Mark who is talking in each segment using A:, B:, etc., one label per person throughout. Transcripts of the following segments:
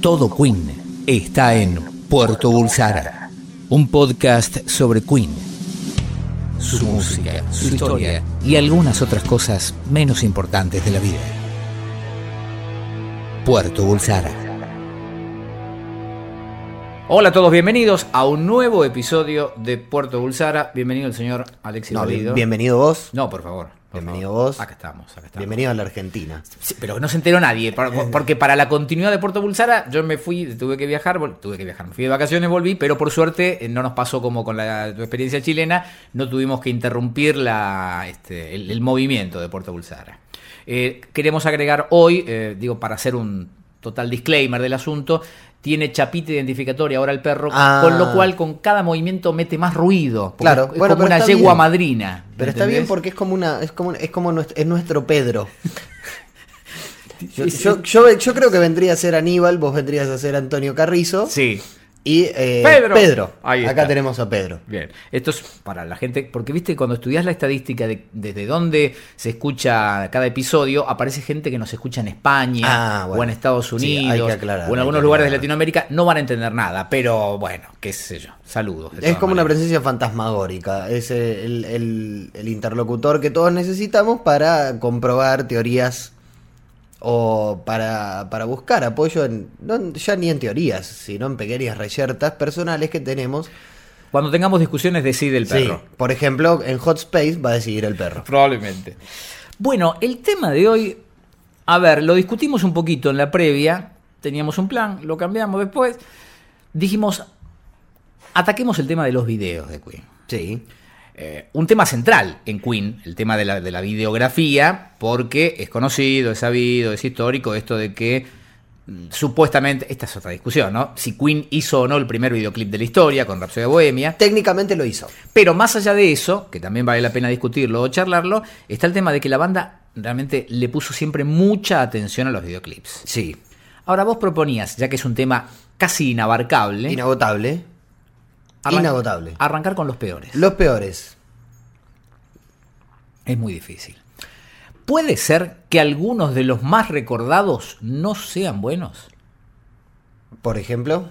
A: Todo Queen está en Puerto Bulsara, un podcast sobre Queen, su música, su historia y algunas otras cosas menos importantes de la vida. Puerto Bulsara.
B: Hola a todos, bienvenidos a un nuevo episodio de Puerto Bulsara. Bienvenido el señor Alexis
C: No,
B: Dolido.
C: bien- bienvenido vos.
B: No, por favor. por
C: Bienvenido
B: favor.
C: vos.
B: Acá estamos, acá estamos.
C: Bienvenido a la Argentina.
B: Sí, pero no se enteró nadie,
C: Eh.
B: por- porque para la continuidad de Puerto Bulsara yo me fui, tuve que viajar, vol- tuve que viajar, me fui de vacaciones, volví, pero por suerte eh, no nos pasó como con la tu experiencia chilena, no tuvimos que interrumpir la, este, el, el movimiento de Puerto Bulsara. Eh, queremos agregar hoy, eh, digo, para hacer un total disclaimer del asunto, tiene chapita identificatoria ahora el perro,
C: Ah.
B: con lo cual con cada movimiento mete más ruido, porque
C: Claro,
B: es, es
C: bueno,
B: como
C: pero
B: una
C: está
B: yegua
C: bien.
B: madrina.
C: Pero está bien
B: ¿entendés?
C: porque es como una, es como, es como nuestro, es nuestro Pedro. Yo,
B: Sí, sí.
C: yo- yo- yo creo que vendría a ser Aníbal, vos vendrías a ser Antonio Carrizo
B: Sí.
C: y eh,
B: Pedro.
C: Pedro.
B: Ahí está.
C: Acá tenemos a Pedro.
B: Bien, esto es para la gente, porque viste, cuando estudias la estadística de desde dónde se escucha cada episodio, aparece gente que nos escucha en España
C: Ah, bueno.
B: o en Estados
C: Sí, hay que
B: Unidos
C: aclarar,
B: o en
C: hay
B: algunos
C: que
B: lugares de
C: aclarar.
B: Latinoamérica, no van a entender nada, pero bueno, qué sé yo, saludos. de
C: Es
B: todas
C: como una
B: maneras.
C: presencia fantasmagórica, es el, el- el interlocutor que todos necesitamos para comprobar teorías o para, para buscar apoyo, en, no en- ya ni en teorías, sino en pequeñas reyertas personales que tenemos.
B: Cuando tengamos discusiones, decide el perro.
C: Sí, por ejemplo, en Hot Space va a decidir el perro.
B: Probablemente. Bueno, el tema de hoy, a ver, lo discutimos un poquito en la previa, teníamos un plan, lo cambiamos después, dijimos, ataquemos el tema de los videos de Queen.
C: Sí.
B: Eh, un tema central en Queen, el tema de la, de la videografía, porque es conocido, es sabido, es histórico esto de que mm, supuestamente, esta es otra discusión, ¿no? Si Queen hizo o no el primer videoclip de la historia con Rhapsody de Bohemia,
C: Técnicamente lo hizo.
B: pero más allá de eso, que también vale la pena discutirlo o charlarlo, está el tema de que la banda realmente le puso siempre mucha atención a los videoclips.
C: Sí.
B: Ahora vos proponías, ya que es un tema casi inabarcable,
C: Inagotable.
B: arran-
C: Inagotable.
B: arrancar con los peores.
C: Los peores.
B: Es muy difícil. ¿Puede ser que algunos de los más recordados no sean buenos?
C: Por ejemplo,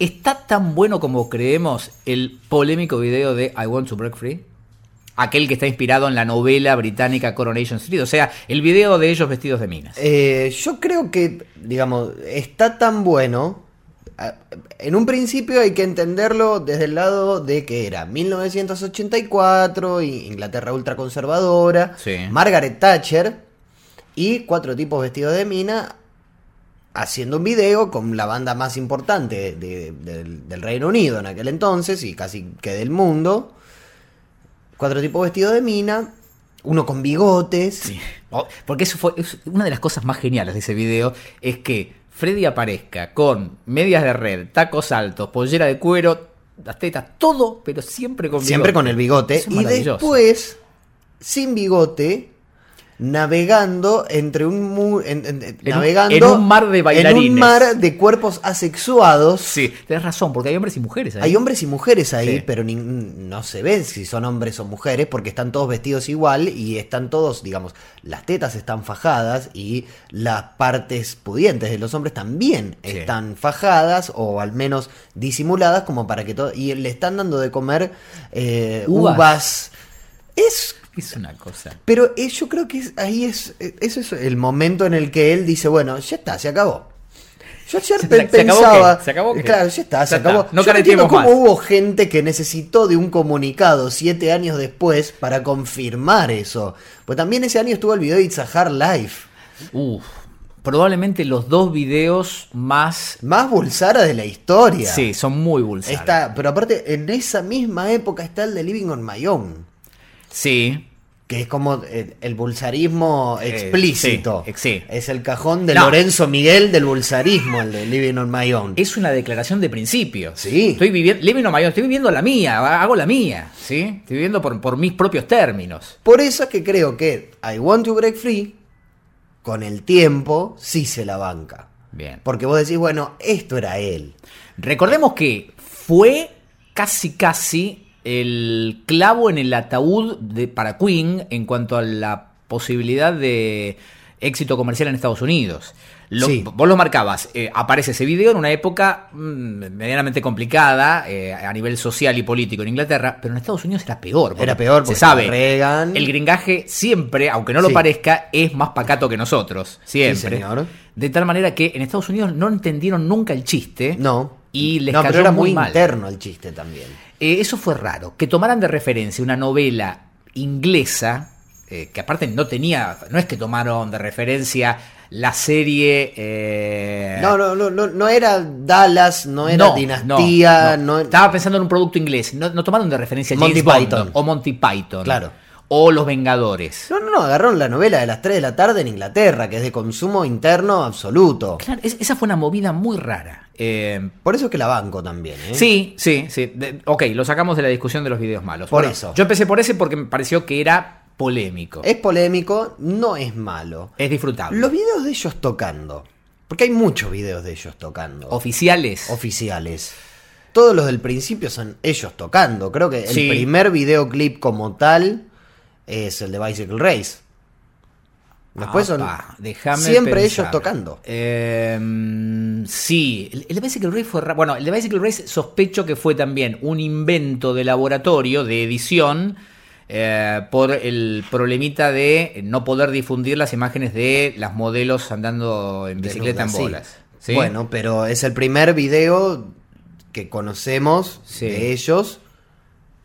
B: ¿Está tan bueno como creemos el polémico video de I Want to Break Free? Aquel que está inspirado en la novela británica Coronation Street, o sea, el video de ellos vestidos de minas.
C: eh, yo creo que, digamos, está tan bueno. a- En un principio hay que entenderlo desde el lado de que era 1984, y Inglaterra ultraconservadora,
B: Sí.
C: Margaret Thatcher y cuatro tipos vestidos de mina haciendo un video con la banda más importante de- del, del Reino Unido en aquel entonces y casi que del mundo. Cuatro tipos vestidos de mina, uno con bigotes.
B: Oh, Porque eso fue es una de las cosas más geniales de ese video, es que Freddy aparezca con medias de red, tacos altos, pollera de cuero, las tetas, todo, pero siempre con
C: Siempre
B: bigote.
C: con el bigote.
B: Eso es
C: Y
B: maravilloso.
C: después, sin bigote, navegando entre un mu- en- en-
B: un-
C: navegando
B: en un mar de bailarines.
C: En un mar de cuerpos asexuados.
B: Sí, tenés razón, porque hay hombres y mujeres ahí.
C: Hay hombres y mujeres ahí,
B: Sí.
C: pero ni- no se ven si son hombres o mujeres porque están todos vestidos igual y están todos, digamos, las tetas están fajadas y las partes pudientes de los hombres también
B: Sí.
C: están fajadas o al menos disimuladas como para que todo... Y le están dando de comer eh,
B: Uvas.
C: uvas. Es...
B: Es una cosa.
C: Pero es- yo creo que es- ahí es... eh, Eso es el momento en el que él dice, bueno, ya está, se acabó. Yo ayer
B: Se-
C: pe-
B: se acabó
C: pensaba...
B: qué, se acabó qué.
C: Claro, ya está,
B: Ya
C: se acabó.
B: está, no
C: Yo
B: careteemos
C: entiendo cómo
B: más.
C: hubo gente que necesitó de un comunicado siete años después para confirmar eso. Pues también ese año estuvo el video de It's a Hard Life.
B: Uf, probablemente los dos videos más.
C: Más Bulsara de la historia.
B: Sí, son muy bulsares.
C: Está, pero aparte, en esa misma época está el de Living on My Own.
B: Sí.
C: Que es como eh, el bulsarismo
B: Eh,
C: explícito.
B: sí, ex- sí.
C: Es el cajón de
B: No.
C: Lorenzo Miguel del bulsarismo, el de Living on My Own.
B: Es una declaración de principios.
C: Sí.
B: Estoy viviendo. Living on my own, estoy viviendo la mía, hago la mía. ¿Sí? Estoy viviendo por, por mis propios términos.
C: Por eso es que creo que I Want to Break Free, con el tiempo, sí se la banca.
B: Bien.
C: Porque vos decís, bueno, esto era él.
B: Recordemos que fue casi casi el clavo en el ataúd de, para Queen en cuanto a la posibilidad de éxito comercial en Estados Unidos. Lo-
C: Sí.
B: Vos lo marcabas, eh, aparece ese video en una época mm, medianamente complicada eh, a nivel social y político en Inglaterra, pero en Estamos Unidos era peor. porque
C: Era peor
B: se
C: porque
B: sabe.
C: Reagan-
B: El gringaje siempre, aunque no lo
C: Sí.
B: parezca, es más pacato que nosotros. Siempre.
C: señor.
B: De tal manera que en Estados Unidos no entendieron nunca el chiste.
C: No.
B: Eh, Y les
C: no,
B: cayó
C: pero era
B: muy,
C: muy,
B: mal.
C: interno el chiste también.
B: Eh, eso fue raro. Que tomaran de referencia una novela inglesa, eh, que aparte no tenía, no es que tomaron de referencia la serie... eh,
C: No, no, no, no, no era Dallas, no era
B: no,
C: Dinastía,
B: no, no.
C: no,
B: Estaba pensando en un producto inglés. No, no tomaron de referencia
C: Monty
B: James Bond,
C: Python.
B: o Monty Python.
C: Claro.
B: O Los Vengadores.
C: No, no, no, agarraron la novela de las 3 de la tarde en Inglaterra, que es de consumo interno absoluto.
B: Claro, es- esa fue una movida muy rara. Eh,
C: Por eso es que la banco también, ¿eh?
B: Sí, sí, sí. De- ok, lo sacamos de la discusión de los videos malos.
C: Por eso.
B: Yo empecé por ese porque me pareció que era polémico. Es,
C: Es polémico, no es malo.
B: disfrutable.
C: Los videos de ellos tocando, porque hay muchos videos de ellos tocando,
B: Oficiales.
C: oficiales. Todos los del principio son ellos tocando. Creo que el
B: Sí.
C: primer videoclip como tal es el de Bicycle Race. Después
B: Apa,
C: son
B: déjame
C: siempre
B: pensar.
C: ellos tocando.
B: Eh, sí, el, el de Bicycle Race fue ra- Bueno, el de Bicycle Race sospecho que fue también un invento de laboratorio, de edición, eh, por el problemita de no poder difundir las imágenes de las modelos andando en bicicleta en
C: Desnuda, sí.
B: bolas. ¿Sí?
C: Bueno, pero es el primer video que conocemos
B: Sí.
C: de ellos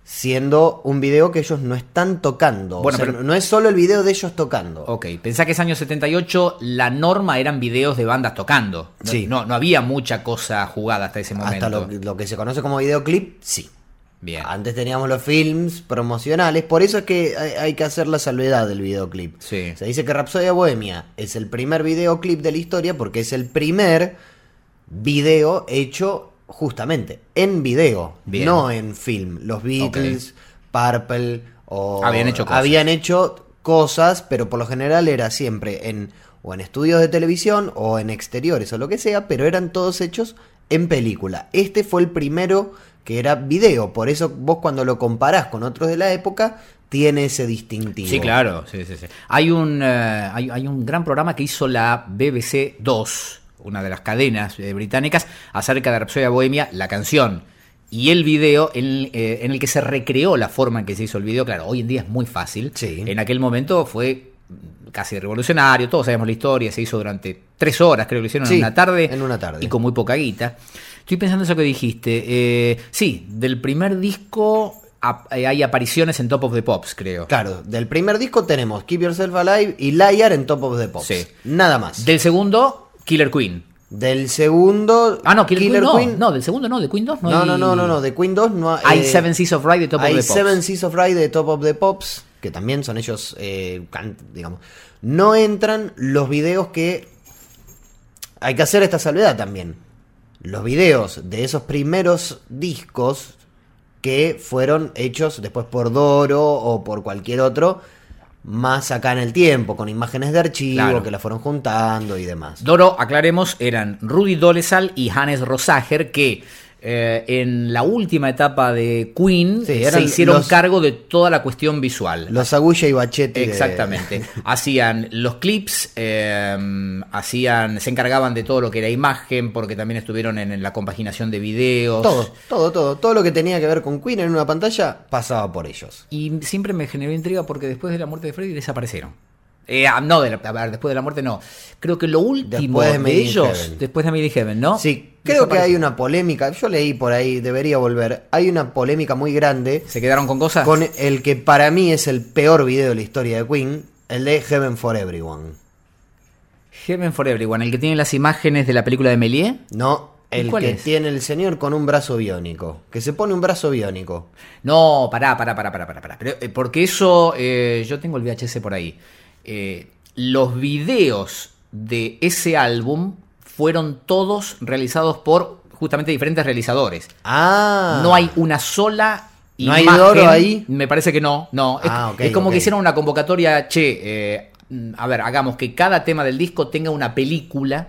C: siendo un video que ellos no están tocando.
B: Bueno,
C: Bueno,
B: pero-
C: pero no es solo el video de ellos tocando.
B: Ok, pensá que es año 78, la norma eran videos de bandas tocando. No,
C: Sí.
B: No, no había mucha cosa jugada hasta ese momento.
C: Hasta lo, lo que se conoce como videoclip, sí.
B: Bien.
C: Antes teníamos los films promocionales, por eso es que hay, hay que hacer la salvedad del videoclip.
B: Sí.
C: Se dice que Rapsodia Bohemia es el primer videoclip de la historia porque es el primer video hecho justamente en video,
B: Bien.
C: no en film. Los Beatles, Purple o
B: Habían hecho cosas.
C: habían hecho cosas, pero por lo general era siempre en o en estudios de televisión o en exteriores o lo que sea, pero eran todos hechos en película. Este fue el primero que era video, por eso vos cuando lo comparás con otros de la época tiene ese distintivo.
B: Sí, claro. Sí, sí, sí. Hay, un, eh, hay, hay un gran programa que hizo la BBC 2, una de las cadenas eh, británicas, acerca de Rhapsodia Bohemia, la canción. Y el video en, eh, en el que se recreó la forma en que se hizo el video, claro, hoy en día es muy fácil.
C: Sí.
B: En aquel momento fue casi revolucionario, todos sabemos la historia, se hizo durante tres horas, creo que lo hicieron en
C: Sí,
B: una tarde.
C: en una tarde.
B: Y con muy poca guita. Estoy pensando eso que dijiste. eh, sí, del primer disco ap- eh, hay apariciones en Top of the Pops, creo.
C: Claro, del primer disco tenemos Keep Yourself Alive y Liar en Top of the Pops.
B: Sí.
C: Nada más.
B: Del segundo, Killer Queen.
C: Del segundo.
B: Ah, no, Killer, Queen, no. No, del segundo no, de Queen 2 no
C: No,
B: hay-
C: no, no, no, no, de Queen 2 no ha-
B: Hay
C: eh,
B: Seven Seas of Ride de Top of
C: hay
B: the Pops.
C: Seven Seas of Ride de Top of the Pops, que también son ellos, eh, can- digamos. No entran los videos que... Hay que hacer esta salvedad también. Los videos de esos primeros discos que fueron hechos después por Doro o por cualquier otro, más acá en el tiempo, con imágenes de archivo
B: Claro.
C: que las fueron juntando y demás.
B: Doro, aclaremos, eran Rudy Dolezal y Hannes Rosager que eh, en la última etapa de Queen
C: Sí,
B: eh, se
C: eran
B: hicieron
C: los-
B: cargo de toda la cuestión visual.
C: Los Agulla y Bachetti. de-
B: Exactamente. Hacían los clips, eh, hacían, se encargaban de todo lo que era imagen, porque también estuvieron en, en la compaginación de videos.
C: Todo, todo, todo. Todo lo que tenía que ver con Queen en una pantalla pasaba por ellos.
B: Y siempre me generó intriga porque después de la muerte de Freddy desaparecieron. Eh, ah, no, de la- a ver, después de la muerte no. Creo que lo último
C: Después
B: de,
C: de Made in
B: ellos,
C: Heaven.
B: después de Made in Heaven, ¿no?
C: Sí, creo que hay
B: Desaparecieron.
C: una polémica. Yo leí por ahí, debería volver. Hay una polémica muy grande
B: ¿Se quedaron con cosas?
C: con el que para mí es el peor video de la historia de Queen, el de Heaven for Everyone.
B: Heaven for Everyone, el que tiene las imágenes de la película de Méliès.
C: No,
B: ¿Y
C: el
B: cuál
C: que
B: es?
C: tiene el señor con un brazo biónico. Que se pone un brazo biónico.
B: No, pará, pará, pará, pará, pará. pará. Pero, eh, porque eso, eh, yo tengo el VHS por ahí. Eh, los videos de ese álbum fueron todos realizados por justamente diferentes realizadores.
C: Ah.
B: No hay una sola
C: ¿No hay
B: imagen.
C: Doro ahí?
B: Me parece que no, no. Es-
C: Ah, ok,
B: es, como
C: ok.
B: que hicieron una convocatoria, che, eh, mm, a ver, hagamos que cada tema del disco tenga una película.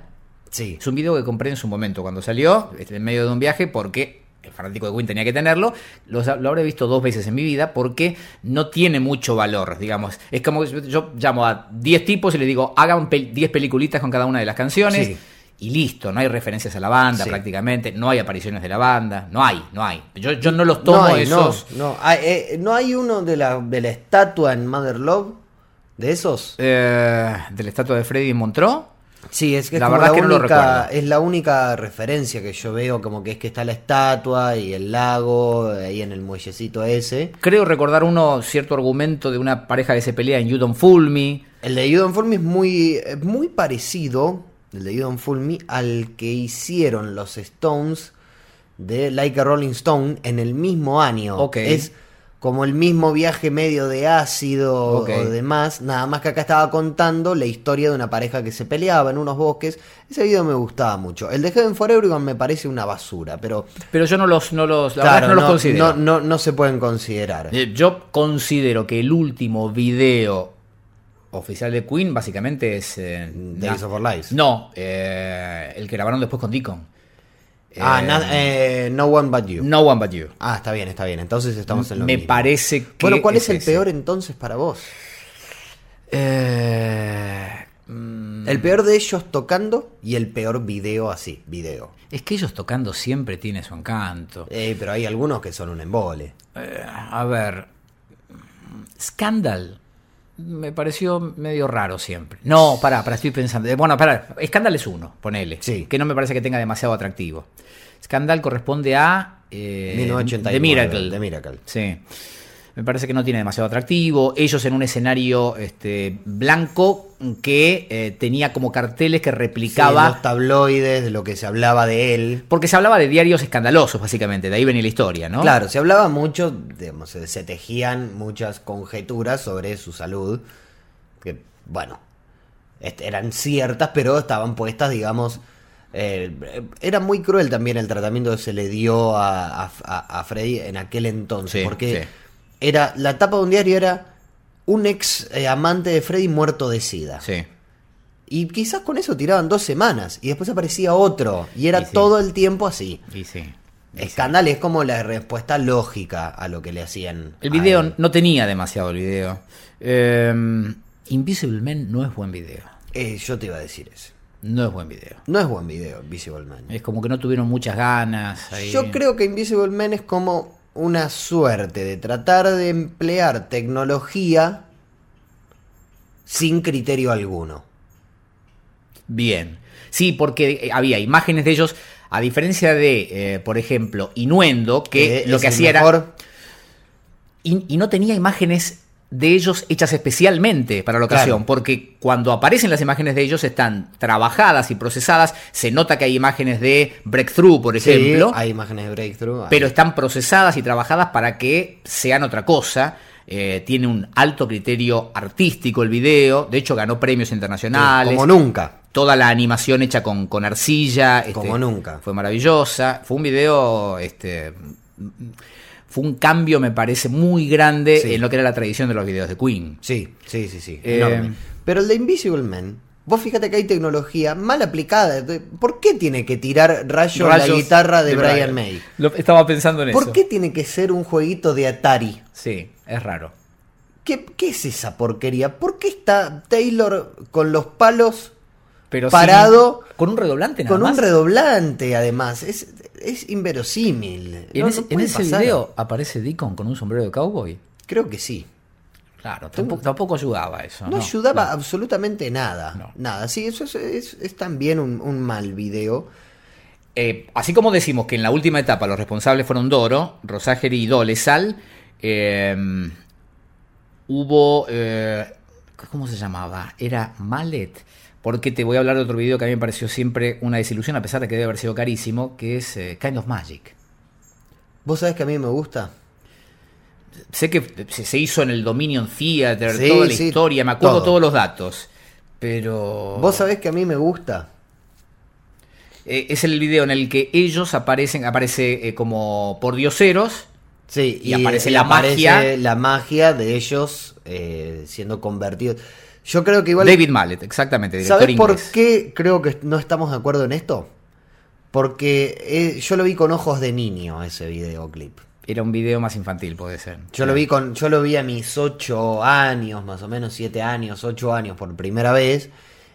C: Sí.
B: Es un video que compré en su momento cuando salió, este, en medio de un viaje, porque el fanático de Queen tenía que tenerlo, los- lo habré visto dos veces en mi vida porque no tiene mucho valor, digamos. Es como que yo, yo llamo a 10 tipos y les digo, hagan pel- 10 peliculitas con cada una de las canciones.
C: Sí.
B: Y listo, no hay referencias a la banda
C: Sí.
B: prácticamente, no hay apariciones de la banda, no hay, no hay. Yo, yo no los tomo
C: no, hay,
B: esos.
C: no, no. Ah, eh, ¿no hay uno de la, de la estatua en Mother Love, de esos.
B: eh, de la estatua de Freddy en Montreux.
C: Sí, es que es
B: La
C: como
B: verdad
C: la
B: que no lo
C: única,
B: recuerdo.
C: es la única referencia que yo veo, como que es que está la estatua y el lago ahí en el muellecito ese.
B: Creo recordar uno cierto argumento de una pareja que se pelea en You Don't Fool Me.
C: El de You Don't Fool Me es muy, eh, muy parecido, el de You Don't Fool Me, al que hicieron los Stones de Like a Rolling Stone en el mismo año.
B: Ok.
C: Es como el mismo viaje medio de ácido
B: Ok.
C: o demás, nada más que acá estaba contando la historia de una pareja que se peleaba en unos bosques. Ese video me gustaba mucho. El de Heaven for Everyone me parece una basura, pero
B: Pero yo no los, no los, la verdad
C: claro,
B: no, los
C: no,
B: considero.
C: no- no- no se pueden considerar.
B: Eh, Yo considero que el último video oficial de Queen básicamente es... eh,
C: Days
B: na-
C: of Our Lives.
B: No, eh, el que grabaron después con Deacon.
C: Ah,
B: Eh,
C: na- eh, No One But You.
B: No One But You.
C: Ah, está bien, está bien. Entonces estamos en lo
B: Me
C: mismo.
B: parece que...
C: Bueno, ¿cuál es, el
B: ese.
C: peor entonces para vos?
B: Eh, mm,
C: El peor de ellos tocando y el peor video así, video.
B: es que ellos tocando siempre tiene su encanto.
C: Eh, pero hay algunos que son un embole.
B: Eh, a ver. Scandal. Me pareció medio raro siempre. No, pará, pará, estoy pensando. Eh, Bueno, pará. Scandal es uno, ponele.
C: Sí.
B: Que no me parece que tenga demasiado atractivo. Scandal corresponde a. Eh,
C: 1989.
B: The Miracle.
C: The Miracle.
B: Sí. Me parece que no tiene demasiado atractivo. Ellos en un escenario este, blanco que eh, tenía como carteles que replicaba.
C: Sí, los tabloides, de lo que se hablaba de él.
B: porque se hablaba de diarios escandalosos, básicamente. De ahí venía la historia, ¿no?
C: Claro, se hablaba mucho, digamos, se, se tejían muchas conjeturas sobre su salud. Que, bueno, est- eran ciertas, pero estaban puestas, digamos. eh, era muy cruel también el tratamiento que se le dio a, a- a- a Freddy en aquel entonces.
B: Sí,
C: porque
B: sí.
C: era. La tapa de un diario era un ex eh, amante de Freddy muerto de sida.
B: Sí.
C: Y quizás con eso tiraban dos semanas. Y después aparecía otro. Y era
B: Y sí.
C: todo el tiempo así.
B: Y sí. Y sí.
C: Escándalo es como la respuesta lógica a lo que le hacían.
B: El
C: a
B: video
C: él.
B: no tenía demasiado el video. Eh, Invisible Man no es buen video.
C: Eh, yo te iba a decir eso.
B: No es buen video.
C: No es buen video, Invisible Man.
B: Es como que no tuvieron muchas ganas. ahí.
C: Yo creo que Invisible Man es como una suerte de tratar de emplear tecnología sin criterio alguno.
B: Bien. Sí, porque eh, había imágenes de ellos. A diferencia de, eh, por ejemplo, Inuendo, que
C: Eh,
B: lo
C: es
B: que
C: el
B: hacía era.
C: mejor-
B: Y, y no tenía imágenes de ellos hechas especialmente para la ocasión,
C: Claro.
B: porque cuando aparecen las imágenes de ellos están trabajadas y procesadas, se nota que hay imágenes de Breakthrough, por
C: Sí,
B: ejemplo.
C: hay imágenes de Breakthrough. hay-
B: pero están procesadas y trabajadas para que sean otra cosa. Eh, tiene un alto criterio artístico el video, de hecho ganó premios internacionales.
C: como nunca.
B: Toda la animación hecha con, con arcilla. este,
C: Como nunca.
B: Fue maravillosa. Fue un video, este, fue un cambio, me parece, muy grande
C: Sí.
B: en lo que era la tradición de los videos de Queen.
C: Sí, sí, sí, sí.
B: Eh,
C: enorme. Pero el de Invisible Man, vos fíjate que hay tecnología mal aplicada. de- ¿Por qué tiene que tirar rayos, la
B: Rayos
C: guitarra de,
B: de
C: Brian,
B: Brian.
C: May?
B: Lo- estaba pensando en
C: ¿Por qué tiene que ser un jueguito de Atari?
B: Sí, es raro.
C: ¿Qué, qué es esa porquería? ¿Por qué está Taylor con los palos
B: Pero
C: Parado,
B: sin- con un redoblante Este nada
C: con
B: más.
C: un redoblante además? Es, es inverosímil.
B: En
C: No-
B: ese,
C: no
B: en
C: puede
B: ese
C: pasar.
B: video aparece Deacon con un sombrero de cowboy.
C: Creo que sí.
B: Claro, tampoco, tampoco ayudaba eso.
C: No, ayudaba absolutamente nada.
B: No.
C: Nada. Sí, eso es, es- es también un, un mal video.
B: Eh, así como decimos que en la última etapa los responsables fueron Doro, Rosageri y Dolezal, eh, hubo... eh, ¿Cómo se llamaba? Era Mallet. Porque te voy a hablar de otro video que a mí me pareció siempre una desilusión, a pesar de que debe haber sido carísimo, que es eh, Kind of Magic.
C: ¿Vos sabés que a mí me gusta?
B: Sé que se se hizo en el Dominion Theater,
C: Sí,
B: toda la
C: sí,
B: historia, me acuerdo
C: todo.
B: todos los datos. Pero...
C: Vos sabés que a mí me gusta.
B: Eh, es el video en el que ellos aparecen, aparece eh, como por dioseros.
C: Sí,
B: Y aparece la magia.
C: la magia de ellos eh, siendo convertidos. Yo creo que igual.
B: David Mallet, exactamente, director
C: ¿Sabés por
B: inglés.
C: qué creo que no estamos de acuerdo en esto? Porque eh, yo lo vi con ojos de niño ese videoclip.
B: Era un video más infantil, puede ser.
C: Yo lo vi con, yo lo vi a mis ocho años, más o menos siete años, ocho años por primera vez,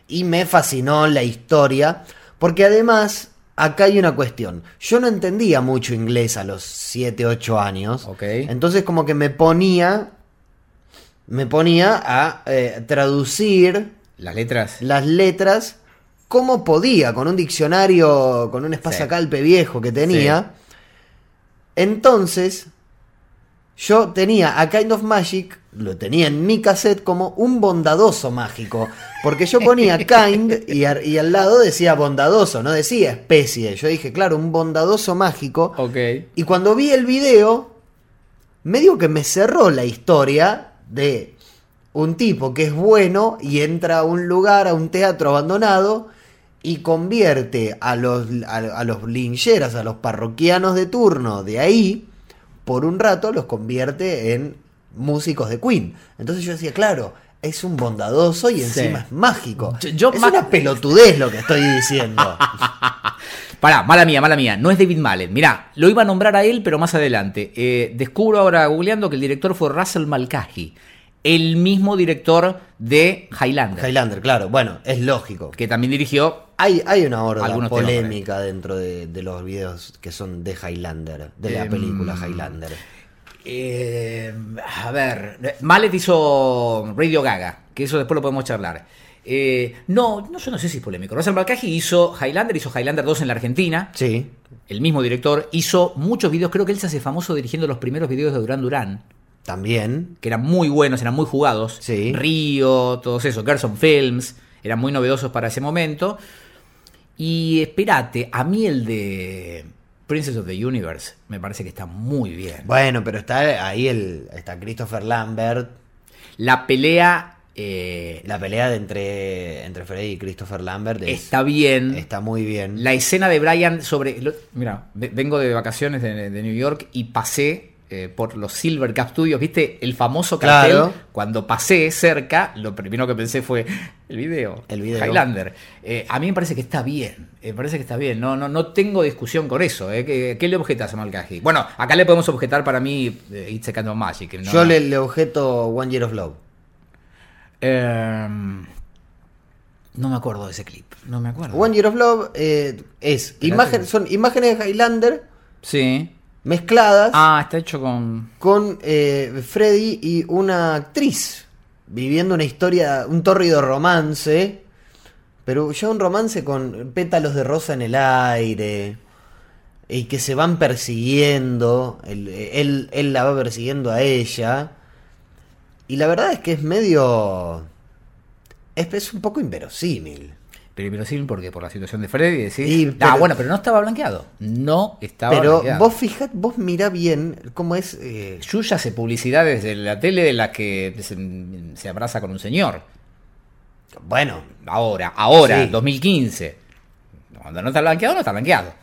C: y me fascinó la historia, porque además acá hay una cuestión. Yo no entendía mucho inglés a los siete, ocho años,
B: Ok.
C: entonces como que me ponía, me ponía a eh, traducir
B: Las letras.
C: las letras como podía, con un diccionario, con un espasacalpe viejo que tenía. Entonces, yo tenía a Kind of Magic, lo tenía en mi cassette como un bondadoso mágico. Porque yo ponía kind y, ar- y al lado decía bondadoso, no decía especie. Yo dije, claro, un bondadoso mágico.
B: Ok.
C: Y cuando vi el video, medio que me cerró la historia de un tipo que es bueno y entra a un lugar, a un teatro abandonado, y convierte a los, a, a los lincheras, a los parroquianos de turno de ahí, por un rato los convierte en músicos de Queen. Entonces yo decía, claro, es un bondadoso y encima es mágico.
B: Yo- yo
C: es
B: ma-
C: una pelotudez lo que estoy diciendo.
B: Pará, mala mía, mala mía. No es David Malen. Mirá, lo iba a nombrar a él, pero más adelante. Eh, descubro ahora googleando que el director fue Russell Malkaji, el mismo director de Highlander,
C: Highlander, claro, bueno, es lógico.
B: que también dirigió.
C: Hay, hay una horda
B: Algunos temas por ahí.
C: polémica dentro de, de los videos que son de Highlander, de la
B: Em,
C: película Highlander.
B: eh, a ver, Mallet hizo Radio Gaga, que eso después lo podemos charlar. Eh, no, no, yo no sé si es polémico. Russell Malkaji hizo Highlander, hizo Highlander 2 en la Argentina.
C: Sí.
B: El mismo director hizo muchos videos. Creo que él se hace famoso dirigiendo los primeros videos de Durán Durán.
C: También.
B: que eran muy buenos, eran muy jugados.
C: Sí.
B: Río, todos esos, Gerson Films, eran muy novedosos para ese momento. Y espérate, a mí el de Princess of the Universe me parece que está muy bien.
C: Bueno, pero está ahí el. está Christopher Lambert.
B: La pelea eh,
C: La pelea de entre, entre Freddy y Christopher Lambert es-
B: está bien.
C: está muy bien.
B: La escena de Brian sobre. lo- mira, ve- vengo de vacaciones de, de New York y pasé eh, por los Silver Cap Studios, ¿viste? El famoso cartel.
C: Claro.
B: Cuando pasé cerca, lo primero que pensé fue el video.
C: El video.
B: Highlander. Eh, a mí me parece que está bien. eh, Me parece que está bien. No, no, no tengo discusión con eso. eh, ¿Qué, qué le objetas a Malkaji? Bueno, acá le podemos objetar para mí eh, It's a Kind of Magic. ¿no?
C: Yo le, le objeto One Year of Love.
B: Eh, no me acuerdo de ese clip. No me acuerdo.
C: One Year of Love eh, es. Imagen, son imágenes de Highlander
B: Sí.
C: mezcladas
B: Ah, está hecho con.
C: con eh, Freddy y una actriz viviendo una historia, un tórrido romance, pero ya un romance con pétalos de rosa en el aire y que se van persiguiendo, él, él- él la va persiguiendo a ella y la verdad es que es medio... es- es un poco inverosímil.
B: Pero inverosímil porque por la situación de Freddy decís.
C: Y,
B: ah,
C: pero-
B: bueno, pero no estaba blanqueado. No estaba
C: Pero
B: blanqueado.
C: vos fijad, vos mirá bien cómo es... eh,
B: Yuya hace publicidades de la tele de las que se, se abraza con un señor.
C: bueno,
B: Ahora, ahora,
C: Sí.
B: 2015. Cuando no está blanqueado, no está blanqueado.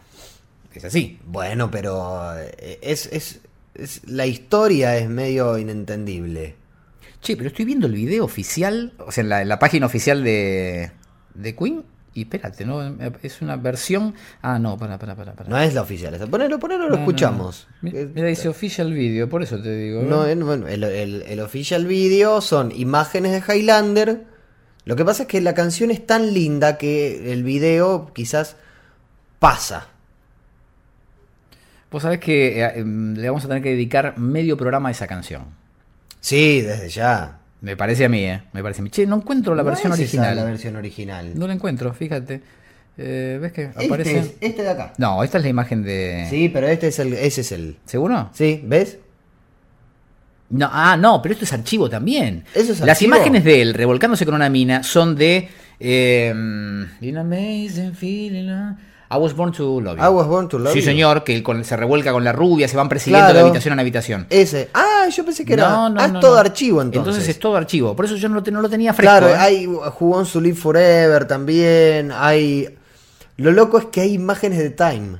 B: Es así.
C: Bueno, pero eh, es, es, es- la historia es medio inentendible.
B: Che, pero estoy viendo el video oficial, o sea, en la, en la página oficial de, de Queen. Y espérate, ¿no? Es una versión. Ah, no, para, para, para.
C: No es la oficial. esa. Ponelo, ponelo, lo escuchamos. Eh,
B: Mira, dice official video, por eso te digo.
C: No, eh, bueno, el, el, el official video son imágenes de Highlander. Lo que pasa es que la canción es tan linda que el video quizás pasa.
B: Vos sabés que eh, em, le vamos a tener que dedicar medio programa a esa canción.
C: Sí, desde ya.
B: Me parece a mí, ¿eh? Me parece a mí. Che, no encuentro la
C: No
B: versión
C: es esa
B: original.
C: La versión original.
B: No la encuentro, fíjate. Eh, ¿Ves que
C: Este
B: aparece? Eh.
C: es- este de acá.
B: No, esta es la imagen de.
C: Sí, pero este es el, ese es el.
B: ¿Seguro?
C: ¿Sí? ¿Ves?
B: No, ah, no, pero esto es archivo también.
C: Eso es
B: Las
C: archivo.
B: imágenes de él revolcándose con una mina son de. eh, An amazing feeling. ah, I was born to love you.
C: I was born to love
B: Sí,
C: you.
B: señor, que él con- se revuelca con la rubia, se van persiguiendo de
C: Claro.
B: habitación en habitación.
C: Ese. Ah, yo pensé que era.
B: No, no,
C: ah, es
B: no,
C: todo
B: no.
C: archivo entonces.
B: Entonces es todo archivo. Por eso yo no lo, te- no lo tenía fresco.
C: claro,
B: ¿eh?
C: hay jugó en su Live Forever también. Hay. Lo loco es que hay imágenes de Time.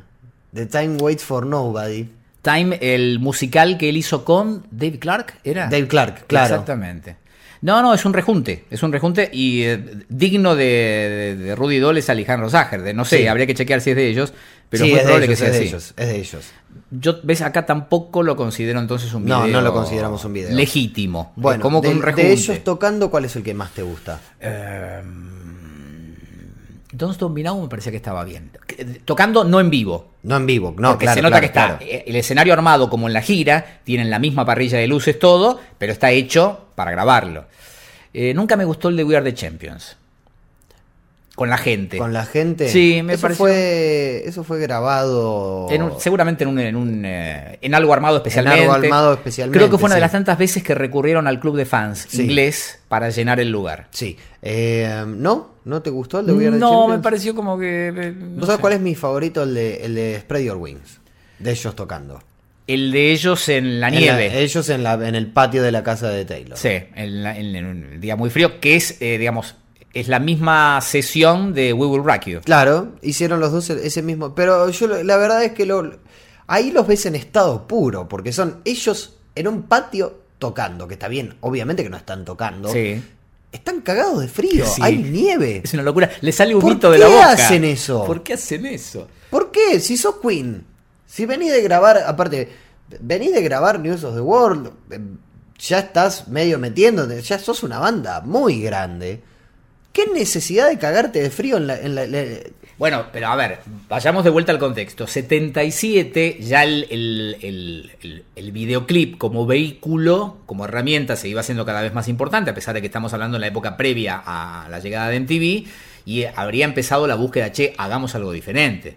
C: De Time Waits for Nobody.
B: Time, el musical que él hizo con Dave Clark, ¿era?
C: Dave Clark, claro.
B: Ah, Exactamente. No, no, es un rejunte. Es un rejunte y eh, digno de, de- de Rudy Doles a Alejandro Sager. De, no sé,
C: Sí.
B: habría que chequear si es de ellos. Pero es muy
C: sí, es de
B: probable
C: ellos,
B: que sea
C: es de
B: así.
C: ellos, es de ellos.
B: Yo, ves, acá tampoco lo considero entonces un video.
C: No, no lo consideramos un video.
B: Legítimo.
C: Bueno,
B: como
C: de,
B: con un
C: de
B: rejunte.
C: ellos tocando, ¿cuál es el que más te gusta?
B: Em, Don't Stop Me Now me parecía que estaba bien. Tocando no en vivo.
C: No en vivo, no,
B: porque
C: claro,
B: se nota
C: claro,
B: que está
C: claro.
B: eh, el escenario armado como en la gira, tienen la misma parrilla de luces, todo, pero está hecho para grabarlo. Eh, nunca me gustó el de We Are the Champions. Con la gente.
C: Con la gente.
B: Sí, me
C: eso
B: pareció-
C: Fue, eso fue grabado.
B: En un- seguramente en, un, en, un, eh, en algo armado especialmente.
C: armado especialmente,
B: Creo que fue una de
C: sí.
B: las tantas veces que recurrieron al club de fans
C: Sí.
B: inglés para llenar el lugar.
C: Sí. Eh, ¿No? ¿No te gustó el de We Are the
B: No, me
C: Champions?
B: pareció como que... eh,
C: ¿Vos
B: no
C: sabés
B: sé.
C: cuál es mi favorito? El de, el de Spread Your Wings. De ellos tocando.
B: El de ellos en la eh,
C: En la-
B: nieve.
C: ellos en, la, en el patio de la casa de Taylor.
B: Sí, en, la- en- en un día muy frío, que es, eh, digamos, es la misma sesión de We Will Rock You.
C: Claro, hicieron los dos el- ese mismo. Pero yo lo- la verdad es que lo, ahí los ves en estado puro, porque son ellos en un patio tocando, que está bien, obviamente que no están tocando.
B: Sí.
C: Están cagados de frío,
B: Sí.
C: hay nieve.
B: Es una locura. Le sale
C: ¿Por
B: humito de la
C: qué
B: boca.
C: hacen eso?
B: ¿Por qué hacen eso?
C: ¿Por qué? Si sos Queen, si venís de grabar, aparte, venís de grabar News of the World, eh, ya estás medio metiéndote, ya sos una banda muy grande. ¿Qué necesidad de cagarte de frío en la- en la- la,
B: Bueno, pero a ver, vayamos de vuelta al contexto. 77, ya el, el- el- el- el videoclip como vehículo, como herramienta, se iba haciendo cada vez más importante, a pesar de que estamos hablando en la época previa a la llegada de MTV, y habría empezado la búsqueda, che, hagamos algo diferente.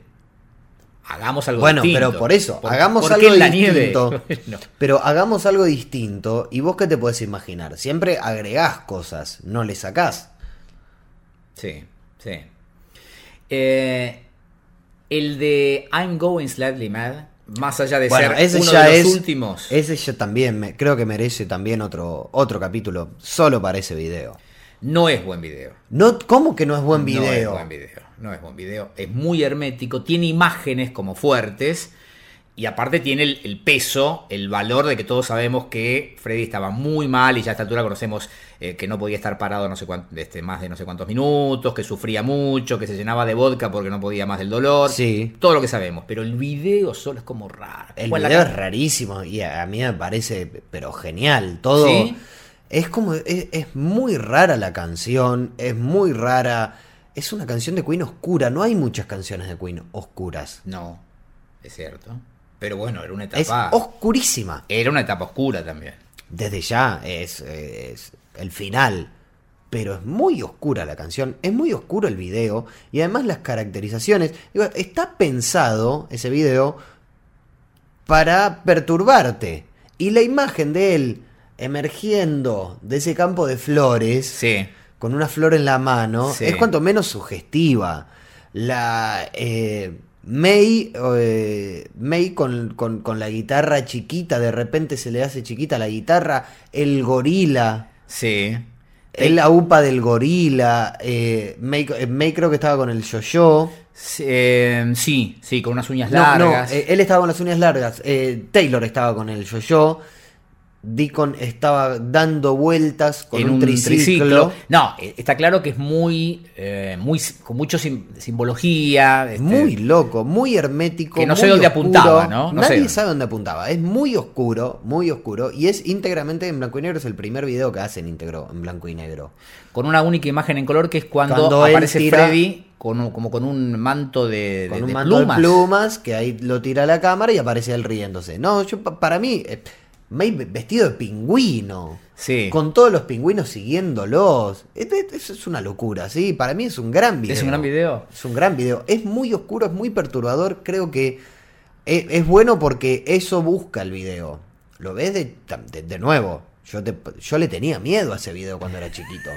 B: Hagamos algo
C: Bueno,
B: distinto.
C: pero por eso,
B: ¿Por-
C: hagamos
B: por qué
C: algo
B: en la nieve?
C: distinto.
B: Bueno.
C: Pero hagamos algo distinto. ¿Y vos qué te podés imaginar? Siempre agregás cosas, no le sacás.
B: Sí, sí. Eh, el de I'm Going Slightly Mad, más allá de
C: Bueno,
B: ser
C: ese
B: uno
C: ya
B: de
C: es.
B: los últimos.
C: Ese ya también, me- creo que merece también otro, otro capítulo solo para ese video.
B: No es buen video.
C: No, ¿Cómo que no es buen video?
B: No es buen video. No es buen video. Es muy hermético, tiene imágenes como fuertes. Y aparte tiene el, el peso, el valor de que todos sabemos que Freddy estaba muy mal y ya a esta altura conocemos eh, que no podía estar parado no sé cuán- este, más de no sé cuántos minutos, que sufría mucho, que se llenaba de vodka porque no podía más del dolor.
C: Sí.
B: Todo lo que sabemos. Pero el video solo es como raro.
C: El
B: Bueno,
C: video
B: la-
C: es rarísimo y a, a mí me parece, pero genial. Todo.
B: ¿Sí?
C: Es como. Es, es muy rara la canción, es muy rara. Es una canción de Queen oscura. No hay muchas canciones de Queen oscuras.
B: No, es cierto. Pero bueno, era una
C: Es
B: etapa.
C: oscurísima.
B: Era una etapa oscura también.
C: Desde ya es, es el final. Pero es muy oscura la canción, es muy oscuro el video y además las caracterizaciones. Digo, está pensado ese video para perturbarte. Y la imagen de él emergiendo de ese campo de flores
B: Sí.
C: con una flor en la mano
B: Sí.
C: es cuanto menos sugestiva. La eh, May, eh, May con, con- con la guitarra chiquita, de repente se le hace chiquita la guitarra, el gorila,
B: Sí.
C: el la upa del gorila, eh, May, eh, May creo que estaba con el yo-yo.
B: Sí, eh, sí, sí, con unas uñas
C: No, no,
B: largas.
C: eh, él estaba con las uñas largas, eh, Taylor estaba con el yo-yo. Deacon estaba dando vueltas con
B: en
C: un, triciclo.
B: No, eh, está claro que es muy, eh, muy sim- con mucho sim- simbología. este,
C: Muy loco, muy hermético.
B: que no
C: muy
B: sé dónde
C: oscuro.
B: apuntaba, ¿no? No
C: Nadie
B: sé.
C: sabe dónde apuntaba. Es muy oscuro, muy oscuro. Y es íntegramente en blanco y negro. Es el primer video que hacen íntegro en blanco y negro.
B: Con una única imagen en color que es cuando,
C: Cuando él
B: aparece
C: tira-
B: Freddy con un- como con un manto de, de-
C: Con un
B: de
C: manto
B: plumas.
C: de plumas que ahí lo tira a la cámara y aparece él riéndose. No, yo pa- para mí, eh, May ve- vestido de pingüino.
B: Sí.
C: Con todos los pingüinos siguiéndolos. Es, es- es una locura, ¿sí? Para mí es un gran video.
B: Es un gran video.
C: Es un gran video. Es muy oscuro, es muy perturbador. Creo que es, es bueno porque eso busca el video. Lo ves de, de- de nuevo. Yo, te- yo le tenía miedo a ese video cuando era chiquito.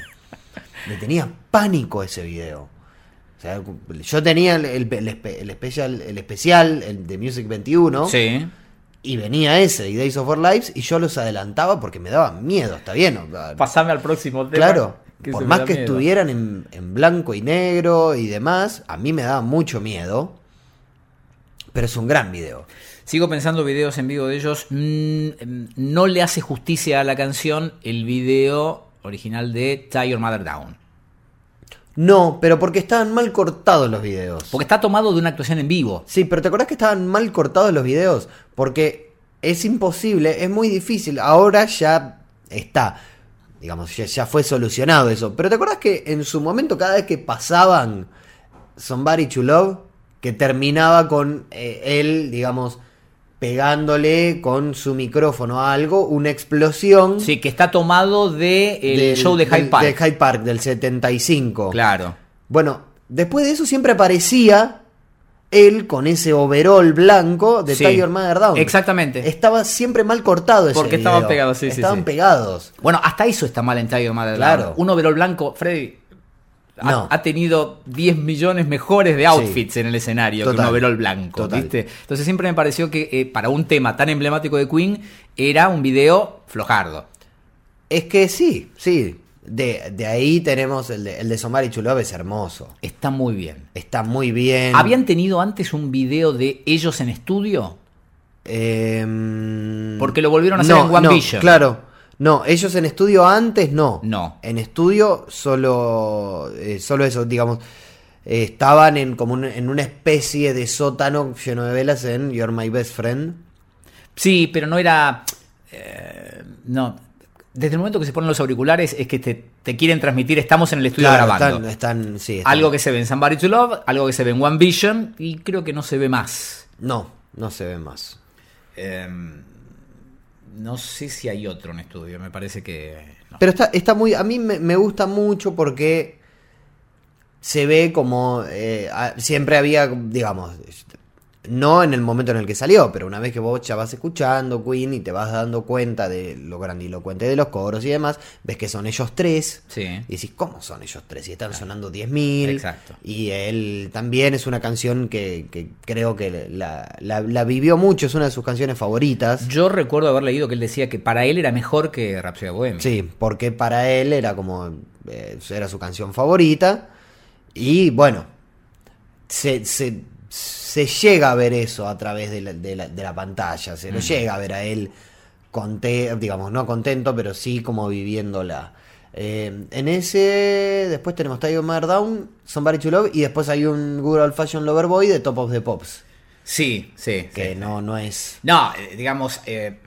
C: Le tenía pánico a ese video. O sea, yo tenía el, el- el espe- el especial, el especial, el de Music 21,
B: Sí.
C: y venía ese, y Days of Our Lives, y yo los adelantaba porque me daba miedo, está bien. o sea,
B: Pasame al próximo tema.
C: Claro,
B: que
C: por
B: se me
C: más
B: da
C: que
B: miedo.
C: estuvieran en, en blanco y negro y demás, a mí me daba mucho miedo. Pero es un gran video.
B: Sigo pensando em, videos en vivo de ellos. mm, mm, no le hace justicia a la canción el video original de Tie Your Mother Down.
C: No, pero porque estaban mal cortados los videos.
B: Porque está tomado de una actuación en vivo.
C: Sí, pero ¿te acordás que estaban mal cortados los videos? Porque es imposible, es muy difícil. Ahora ya está. Digamos, ya, ya fue solucionado eso. Pero ¿te acordás que en su momento, cada vez que pasaban Somebody to Love, que terminaba con eh, él, digamos, pegándole con su micrófono a algo, una explosión
B: Sí, que está tomado de el
C: del-
B: show de Hyde
C: del-
B: Park.
C: De Hyde Park, del 75.
B: Claro.
C: Bueno, después de eso siempre aparecía él con ese overall blanco de
B: Sí,
C: Tiger Mother Down.
B: exactamente.
C: Estaba siempre mal cortado ese
B: Porque estaban
C: video.
B: pegados, sí, sí,
C: Estaban
B: sí.
C: pegados.
B: Bueno, hasta eso está mal en Tie Your Mother
C: Claro.
B: Down. Un overall blanco, Freddy. Ha,
C: No.
B: ha tenido 10 millones mejores de outfits en el escenario que
C: Total.
B: un overall blanco,
C: Total.
B: ¿viste? Entonces siempre me pareció que eh, para un tema tan emblemático de Queen era un video flojardo.
C: Es que sí, sí. De, de ahí tenemos el de, el de Somari Chulov, es hermoso.
B: Está muy bien.
C: Está muy bien.
B: ¿Habían tenido antes un video de ellos en estudio?
C: Em,
B: Porque lo volvieron a hacer en One
C: no,
B: Vision.
C: Claro. No, ellos en estudio antes no.
B: No.
C: En estudio solo, eh, solo eso, digamos. eh, estaban en como un- en una especie de sótano lleno de velas en You're My Best Friend.
B: Sí, pero no era. eh, no. Desde el momento que se ponen los auriculares es que te, te quieren transmitir, estamos en el estudio grabando.
C: están, están, sí. están-
B: Algo que se ve en Somebody to Love, algo que se ve en One Vision y creo que no se ve más.
C: No, no se ve más.
B: Em, no sé si hay otro en estudio, me parece que. no.
C: Pero está, está muy. A mí me, me gusta mucho porque se ve como. eh, a- siempre había, digamos. No en el momento en el que salió, pero una vez que vos ya vas escuchando Queen y te vas dando cuenta de lo grandilocuente de los coros y demás, ves que son ellos tres.
B: Sí.
C: Y decís, ¿cómo son ellos tres? Y están sonando 10.000.
B: Exacto.
C: Y él también es una canción que, que creo que la, la- la vivió mucho, es una de sus canciones favoritas.
B: Yo recuerdo haber leído que él decía que para él era mejor que Rhapsody of Bohemia.
C: Sí, porque para él era como. eh, era su canción favorita. Y bueno, se, se- se llega a ver eso a través de la, de la- de la pantalla.
B: Mm.
C: Se lo llega a ver a él, conte- digamos, no contento, pero sí como viviéndola. Eh, en ese, después tenemos Tiger Mother Down, Somebody to Love, y después hay un Good Old Fashioned Lover Boy de Top of the Pops.
B: Sí, sí.
C: Que
B: sí.
C: no, no es.
B: No, eh, digamos, eh,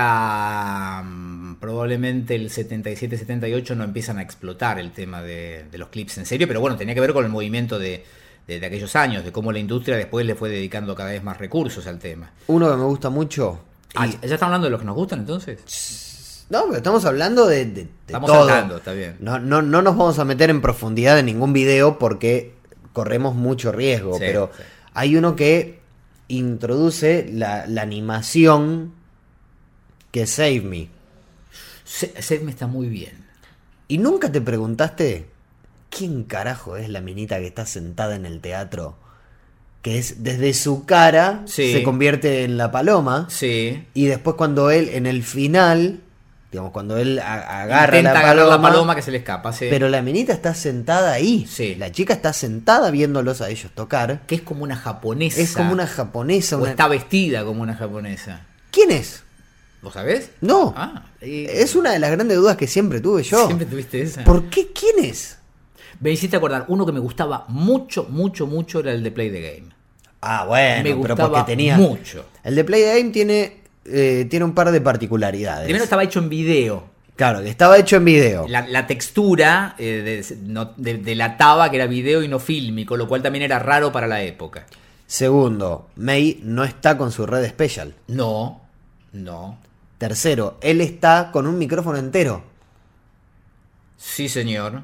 B: hasta mm, probablemente el 77-78 no empiezan a explotar el tema de, de los clips en serio, pero bueno, tenía que ver con el movimiento de, de- de aquellos años, de cómo la industria después le fue dedicando cada vez más recursos al tema.
C: Uno que me gusta mucho. y-
B: Ah, ¿Ya estamos hablando de los que nos gustan entonces?
C: No, pero estamos hablando de, de- de
B: Estamos
C: todo.
B: saltando, está bien.
C: No, no, no nos vamos a meter en profundidad en ningún video porque corremos mucho riesgo.
B: Sí,
C: pero
B: sí.
C: hay uno que introduce la, la animación que es Save Me.
B: Se- Sed me está muy bien.
C: ¿Y nunca te preguntaste quién carajo es la minita que está sentada en el teatro? Que es desde su cara
B: Sí.
C: se convierte en la paloma.
B: Sí.
C: Y después cuando él, en el final, digamos, cuando él a- agarra
B: Intenta
C: la,
B: agarrar
C: paloma,
B: la paloma que se le escapa, sí.
C: Pero la menita está sentada ahí.
B: Sí.
C: La chica está sentada viéndolos a ellos tocar.
B: que es como una japonesa.
C: Es como una japonesa.
B: O
C: Una...
B: está vestida como una japonesa.
C: ¿Quién es?
B: ¿Vos sabés?
C: No.
B: Ah, y-
C: Es una de las grandes dudas que siempre tuve yo.
B: Siempre tuviste esa.
C: ¿Por qué quién es?
B: Me hiciste acordar, uno que me gustaba mucho, mucho, mucho era el de Play the Game.
C: Ah, bueno,
B: me
C: pero
B: gustaba
C: porque tenía.
B: mucho.
C: El de Play the Game tiene, eh, tiene un par de particularidades.
B: Primero estaba hecho en video.
C: Claro, que estaba hecho en video.
B: La, la textura eh, de, no- de- delataba que era video y no fílmico, lo cual también era raro para la época.
C: Segundo, May no está con su red special.
B: No, no.
C: Tercero, él está con un micrófono entero.
B: Sí, señor.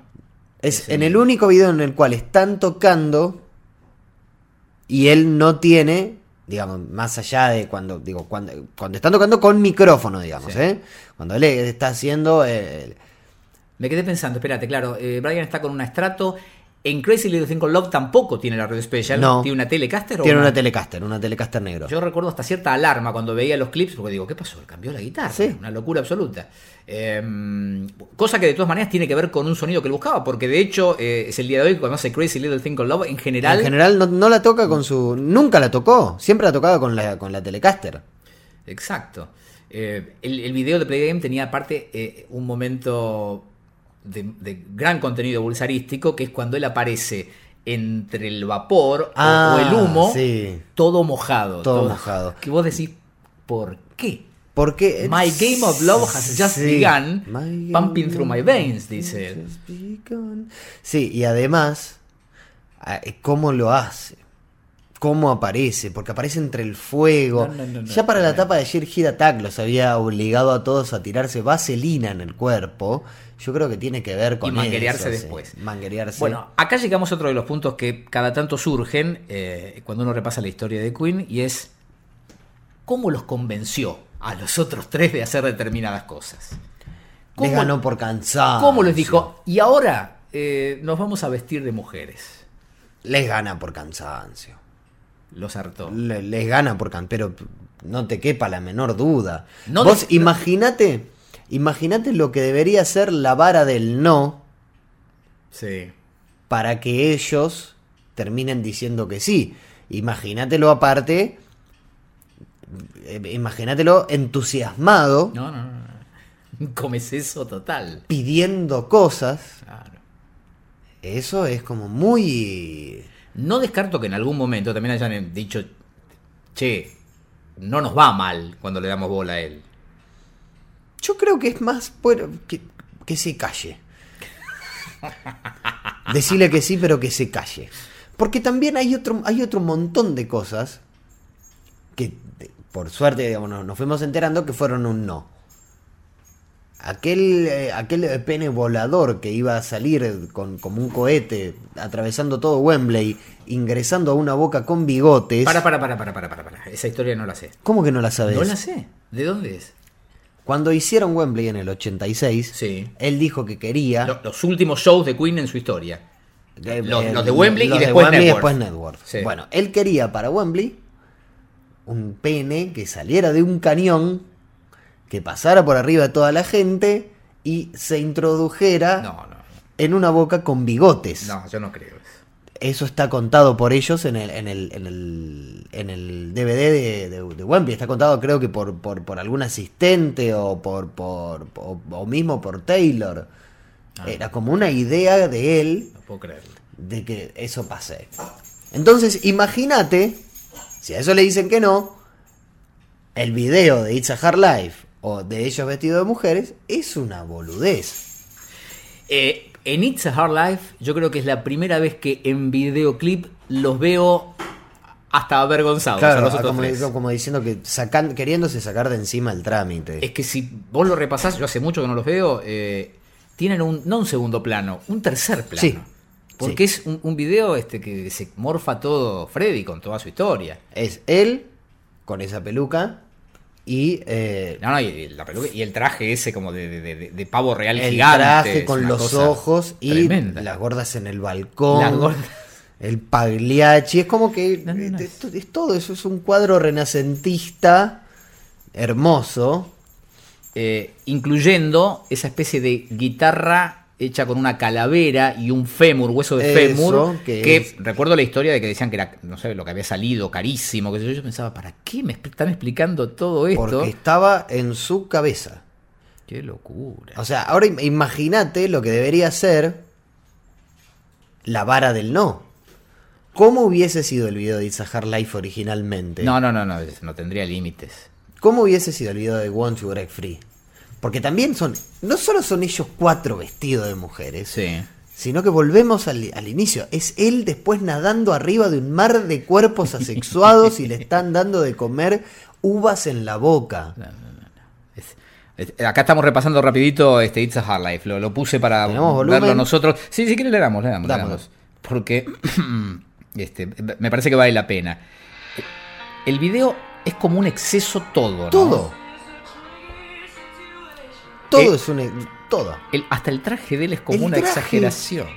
C: Es
B: Sí,
C: en
B: señor.
C: el único video en el cual están tocando y él no tiene, digamos, más allá de cuando, digo, cuando, cuando están tocando con micrófono, digamos,
B: Sí.
C: ¿eh? Cuando él está haciendo... eh,
B: Me quedé pensando, espérate, claro, eh, Brian está con una estrato. En Crazy Little Thing Called Love tampoco tiene la red special.
C: No.
B: Tiene una telecaster o
C: tiene
B: una-
C: una Telecaster, una Telecaster negro.
B: Yo recuerdo hasta cierta alarma cuando veía los clips, porque digo, ¿qué pasó? Él cambió la guitarra.
C: Sí.
B: Una locura absoluta. Eh, cosa que de todas maneras tiene que ver con un sonido que él buscaba, porque de hecho eh, es el día de hoy cuando hace Crazy Little Thing Called Love, en general,
C: En general no, no la toca
B: Mm.
C: con su... Nunca la tocó, siempre la tocaba con la, con la Telecaster.
B: Exacto. Eh, el, el video de Play Game tenía aparte eh, un momento de, de gran contenido bulsarístico, que es cuando él aparece entre el vapor o-
C: Ah,
B: o el humo,
C: sí.
B: todo mojado.
C: Todo mojado.
B: Que vos decís, ¿por qué?
C: Porque.
B: My game of love has just
C: Sí.
B: begun,
C: My game
B: pumping
C: of
B: through my
C: love
B: veins,
C: has
B: dice él.
C: just begun. Sí, y además, ah, ¿cómo lo hace? ¿Cómo aparece? Porque aparece entre el fuego.
B: No, no, no, no,
C: ya para la
B: tremendo.
C: etapa de Sheer Hit Attack los había obligado a todos a tirarse vaselina en el cuerpo. Yo creo que tiene que ver con
B: manguerearse
C: eso, sí.
B: después.
C: Manguerearse.
B: Bueno, acá llegamos a otro de los puntos que cada tanto surgen eh, cuando uno repasa la historia de Queen y es cómo los convenció a los otros tres de hacer determinadas cosas.
C: les ganó por cansado.
B: cómo les dijo? Y ahora eh, nos vamos a vestir de mujeres.
C: Les gana por cansancio.
B: Los hartó.
C: le- les gana por can, pero no te quepa la menor duda.
B: No
C: Vos
B: des-
C: imagínate, imagínate lo que debería ser la vara del no
B: Sí.
C: para que ellos terminen diciendo que sí. Imagínatelo aparte, eh, imagínatelo entusiasmado,
B: No, no, no. no. Comes eso total.
C: pidiendo cosas.
B: Claro.
C: Eso es como muy...
B: No descarto que en algún momento también hayan dicho, che, no nos va mal cuando le damos bola a él.
C: Yo creo que es más bueno, que, que se calle. Decirle que sí, pero que se calle. Porque también hay otro, hay otro montón de cosas que, de- por suerte, digamos, no- nos fuimos enterando que fueron un no. Aquel, eh, aquel eh, pene volador que iba a salir con, como un cohete, atravesando todo Wembley, ingresando a una boca con bigotes.
B: Para, para, para, para, para, para, para. Esa historia no la sé.
C: ¿Cómo que no la sabes?
B: No la sé. ¿De dónde es?
C: Cuando hicieron Wembley en el 86,
B: Sí.
C: él dijo que quería...
B: Lo- los últimos shows de Queen en su historia.
C: Eh,
B: Los-
C: eh,
B: los de Wembley y
C: los de
B: después
C: Wembley y
B: Network.
C: después Network.
B: Sí.
C: Bueno, él quería para Wembley un pene que saliera de un cañón, que pasara por arriba de toda la gente y se introdujera
B: No, no.
C: en una boca con bigotes.
B: No, yo no creo eso.
C: Eso está contado por ellos en el, en el, en el, en el DVD de, de- de Wembley. Está contado creo que por, por, por algún asistente o, por, por, o, o mismo por Taylor.
B: Ah.
C: Era como una idea de él
B: No puedo creerlo.
C: de que eso pase. Entonces, imagínate, si a eso le dicen que no, el video de It's a Hard Life o de ellos vestidos de mujeres es una boludez.
B: Eh, en It's a Hard Life, yo creo que es la primera vez que en videoclip los veo hasta avergonzados. a Ah, los otros
C: ah, como,
B: tres.
C: como diciendo que sacan, queriéndose sacar de encima el trámite.
B: Es que si vos lo repasás, yo hace mucho que no los veo, eh, tienen un, no un segundo plano, un tercer plano.
C: Sí,
B: Porque es un, un video este que se morfa todo Freddy con toda su historia.
C: Es él con esa peluca y eh,
B: No, no, y la peluca y el traje ese como de, de- de- de pavo real
C: el
B: gigante.
C: traje
B: es
C: con
B: una
C: los
B: cosa
C: ojos y
B: tremenda.
C: las gordas en el balcón.
B: Las gordas.
C: El pagliacci. Es como que
B: No, no, no.
C: Es, to- es todo eso. Es un cuadro renacentista hermoso.
B: Eh, incluyendo esa especie de guitarra hecha con una calavera y un fémur, hueso de
C: Eso,
B: fémur,
C: que
B: que,
C: es-
B: recuerdo la historia de que decían que era, no sé, lo que había salido carísimo, que yo, yo pensaba, ¿para qué me expli- están explicando todo esto?
C: Porque estaba en su cabeza.
B: Qué locura.
C: O sea, ahora im- imagínate lo que debería ser la vara del no. ¿Cómo hubiese sido el video de It's a Hard Life originalmente?
B: no, no, no, no, es- no tendría límites.
C: ¿Cómo hubiese sido el video de Want to Break Free? Porque también son, no solo son ellos cuatro vestidos de mujeres,
B: Sí.
C: sino que volvemos al, al inicio. Es él después nadando arriba de un mar de cuerpos asexuados y le están dando de comer uvas en la boca.
B: Es- es- Este, acá estamos repasando rapidito este It's a Hard Life. Lo, lo puse para
C: ¿Tenemos volumen?
B: verlo nosotros. Sí, si quieres le damos, le damos, le
C: Dámoslo.
B: damos. Porque este, me parece que vale la pena. El video es como un exceso todo, ¿no?
C: Todo. Todo
B: Eh,
C: es un... e, Todo.
B: El- hasta el traje de él es como
C: El
B: una
C: traje.
B: exageración.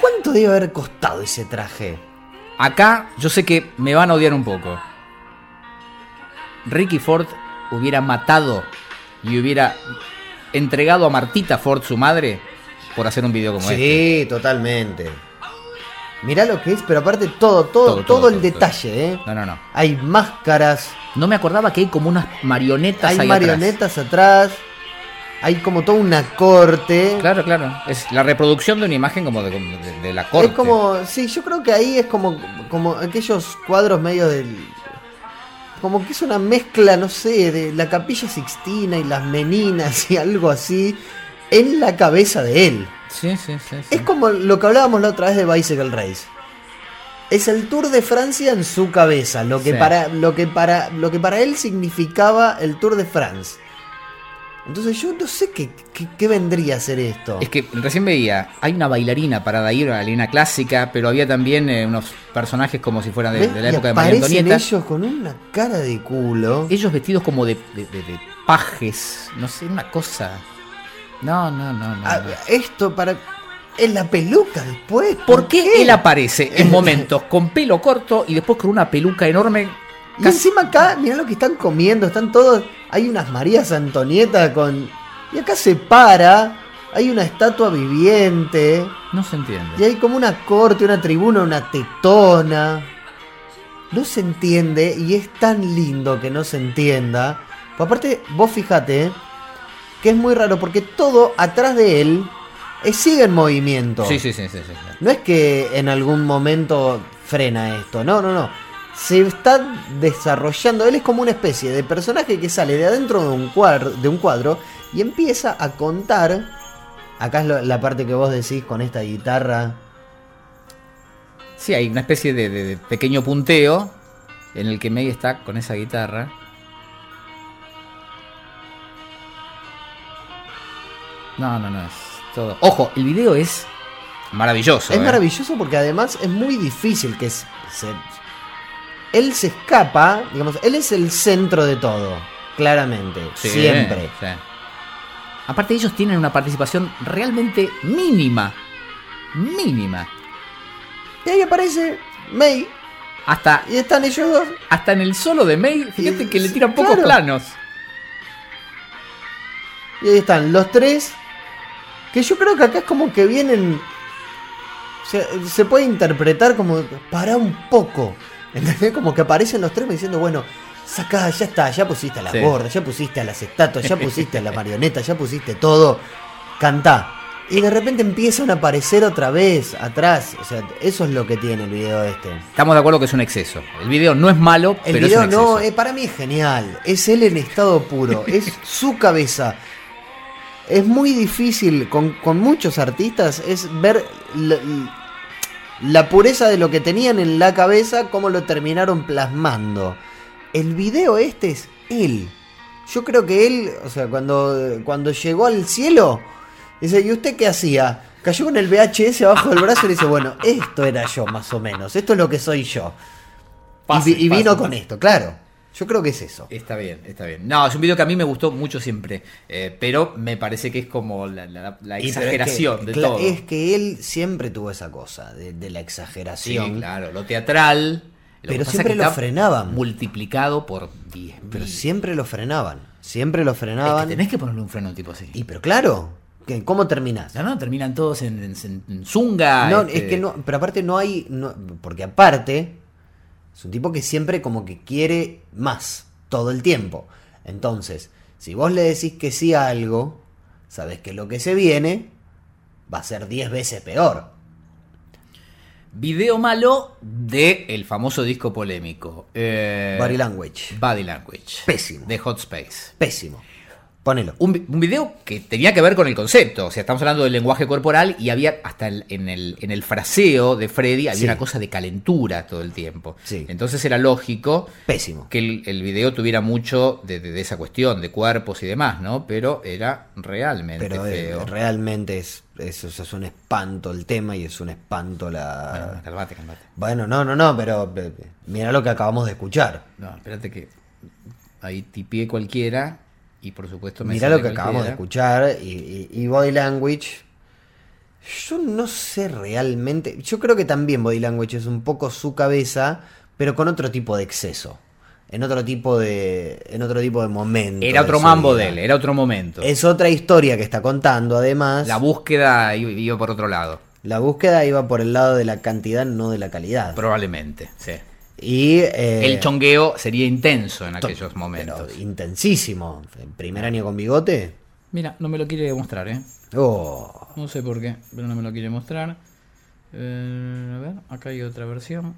C: ¿Cuánto debe haber costado ese traje?
B: Acá yo sé que me van a odiar un poco. Ricky Ford hubiera matado y hubiera entregado a Martita Ford, su madre, por hacer un video como
C: sí,
B: este.
C: totalmente. Mirá lo que es, pero aparte todo, todo, todo,
B: Todo, todo,
C: el
B: todo,
C: detalle, ¿eh?
B: No, no, no.
C: Hay máscaras,
B: No me acordaba que hay como unas marionetas
C: hay
B: ahí atrás.
C: marionetas atrás. hay como toda una corte.
B: Claro, claro. Es la reproducción de una imagen como de, de- de la corte.
C: Es como, sí, yo creo que ahí es como, como aquellos cuadros medio del... Como que es una mezcla, no sé, de la capilla Sixtina y las meninas y algo así en la cabeza de él.
B: Sí, sí, sí. sí.
C: Es como lo que hablábamos la otra vez de Bicycle Race. Es el Tour de Francia en su cabeza, lo que,
B: Sí.
C: para, lo, que para, lo que para él significaba el Tour de France. Entonces yo no sé qué, qué- qué vendría a ser esto.
B: Es que recién veía, hay una bailarina para ahí, una bailarina clásica, pero había también eh, unos personajes como si fueran de,
C: ¿Ves?
B: de la
C: Y
B: época de María
C: aparecen
B: Antonieta.
C: ellos con una cara de culo.
B: Ellos vestidos como de, de- de- de pajes, no sé, una cosa. No, no, no, no.
C: Ah,
B: no.
C: esto para... Es la peluca después.
B: ¿Por qué él aparece en momentos con pelo corto y después con una peluca enorme?
C: Y
B: Casi-
C: encima acá, mirá lo que están comiendo, están todos. Hay unas Marías Antonieta con. Y acá se para, hay una estatua viviente,
B: No se entiende.
C: y hay como una corte, una tribuna, una tetona. No se entiende, y es tan lindo que no se entienda. Pero aparte, vos fijate eh, que es muy raro porque todo atrás de él eh, sigue en movimiento.
B: Sí, sí, sí, sí, sí, sí.
C: No es que en algún momento frena esto, no, no, no. Se está desarrollando, él es como una especie de personaje que sale de adentro de un, cuar- de un cuadro y empieza a contar, acá es lo- la parte que vos decís con esta guitarra,
B: Sí, hay una especie de, de- de pequeño punteo en el que May está con esa guitarra. No, no, no, es todo. Ojo, el video es maravilloso.
C: es
B: ¿eh?
C: maravilloso porque además es muy difícil que se, se- Él se escapa, digamos, él es el centro de todo, claramente,
B: Sí,
C: siempre.
B: sí. Aparte, ellos tienen una participación realmente mínima. Mínima.
C: Y ahí aparece May
B: Hasta,
C: y están ellos dos
B: hasta en el solo de May, fíjate que le
C: Sí,
B: tiran pocos
C: claro.
B: planos.
C: Y ahí están los tres. Que yo creo que acá es como que vienen. Se, se puede interpretar como. Para un poco. ¿Entendés? Como que aparecen los tres me diciendo, bueno, sacá, ya está, ya pusiste a las
B: Sí.
C: gordas, ya pusiste a las estatuas, ya pusiste a la marioneta, ya pusiste todo. Cantá. Y de repente empiezan a aparecer otra vez atrás. O sea, eso es lo que tiene el video este.
B: Estamos de acuerdo que es un exceso. El video no es malo,
C: El
B: pero
C: video
B: es un exceso.
C: no, eh, para mí es genial. Es él en estado puro, es su cabeza. Es muy difícil con, con muchos artistas es ver la, la pureza de lo que tenían en la cabeza, cómo lo terminaron plasmando. El video este es él. Yo creo que él, o sea, cuando, cuando llegó al cielo, dice, ¿y usted qué hacía? Cayó con el VHS abajo del brazo y le dice, bueno, esto era yo más o menos, esto es lo que soy yo.
B: Pase,
C: y, vi- y vino
B: pase, Eh,
C: con
B: pase.
C: esto, claro. Yo creo que es eso.
B: Está bien, está bien. No, es un video que a mí me gustó mucho siempre, eh, pero me parece que es como la, la- la
C: Y pero es que-
B: exageración de
C: cla-
B: todo.
C: Es que él siempre tuvo esa cosa de, de la
B: sí,
C: exageración.
B: claro, lo teatral. Lo
C: Pero
B: que pasa
C: siempre
B: es que
C: lo
B: está
C: frenaban.
B: Multiplicado por 10.
C: Pero
B: mil.
C: siempre lo frenaban. Siempre lo
B: Es
C: frenaban.
B: que tenés que ponerle un freno a un tipo así.
C: Y pero claro, que- ¿cómo terminás?
B: No, no, terminan todos en, en- en- en zunga.
C: no,
B: este,
C: es que no, pero aparte no hay, no- porque aparte es un tipo que siempre como que quiere más todo el tiempo. Entonces, si vos le decís que sí a algo, sabés que lo que se viene va a ser 10 veces peor.
B: Video malo de el famoso disco polémico. eh,
C: Body language.
B: Body Language.
C: Pésimo.
B: De Hot Space.
C: Pésimo. Ponelo.
B: un, vi- un video que tenía que ver con el concepto. O sea, estamos hablando del lenguaje corporal y había hasta el- en, el, en el fraseo de Freddy había
C: Sí.
B: una cosa de calentura todo el tiempo.
C: Sí.
B: Entonces era lógico
C: Pésimo.
B: que el, el video tuviera mucho de, de- de esa cuestión, de cuerpos y demás, ¿no? Pero era realmente
C: Pero eh,
B: feo.
C: realmente es, es, o sea, es un espanto el tema y es un espanto
B: Bueno,
C: la...
B: no, calmate, calmate.
C: Bueno, no, no, no, pero mira lo que acabamos de escuchar.
B: No, espérate que ahí tipié cualquiera y por supuesto me
C: Mirá
B: sale
C: lo que acabamos de
B: cualquiera.
C: escuchar y, y- y Body Language. Yo no sé realmente. Yo creo que también Body Language es un poco su cabeza, pero con otro tipo de exceso. En otro tipo de. En otro tipo de momento.
B: Era
C: de
B: otro
C: su
B: mambo
C: vida.
B: de él, eh. era otro momento.
C: Es otra historia que está contando, además.
B: La búsqueda i- iba por otro lado,
C: La búsqueda iba por el lado de la cantidad, no de la calidad.
B: probablemente. Sí.
C: Y eh,
B: El chongueo sería intenso en aquellos
C: pero
B: momentos.
C: intensísimo. El primer año con bigote,
B: Mira, no me lo quiere mostrar, ¿eh?
C: Oh.
B: No sé por qué, pero no me lo quiere mostrar. Eh, a ver, acá hay otra versión.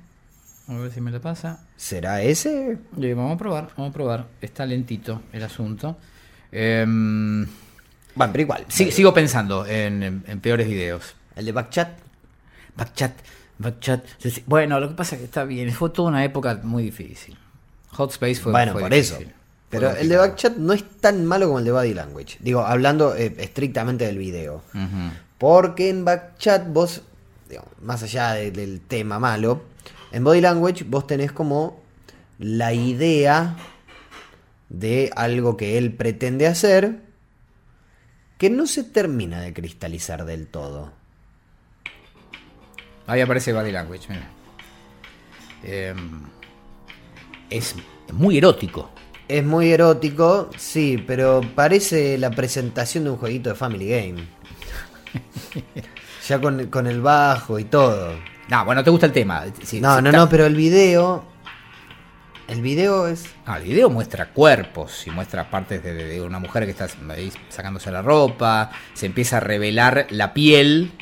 B: A ver si me la pasa.
C: ¿Será ese?
B: Eh, vamos a probar, vamos a probar. Está lentito el asunto. Em,
C: Bueno, pero igual.
B: si- sigo pensando en, en- en peores videos.
C: El de Backchat.
B: Backchat, backchat. Sí, sí. Bueno, lo que pasa es que está bien. Fue toda una época muy difícil. Hot Space fue
C: bueno,
B: fue
C: por
B: difícil.
C: eso. Pero
B: Fue
C: el de
B: complicado.
C: Backchat no es tan malo como el de Body Language. Digo, hablando eh, estrictamente del video.
B: Ujú.
C: Porque en Backchat vos, digamos, más allá de- del tema malo, en Body Language vos tenés como la idea de algo que él pretende hacer que no se termina de cristalizar del todo.
B: Ahí aparece Body Language, mira. Em, es muy erótico.
C: Es muy erótico, sí, pero parece la presentación de un jueguito de Family Game. Ya con, con el bajo y todo.
B: No, bueno, te gusta el tema. Si-
C: No,
B: si
C: no,
B: está-
C: no, pero el video. El video es.
B: Ah, el video muestra cuerpos y muestra partes de, de una mujer que está ahí sacándose la ropa, se empieza a revelar la piel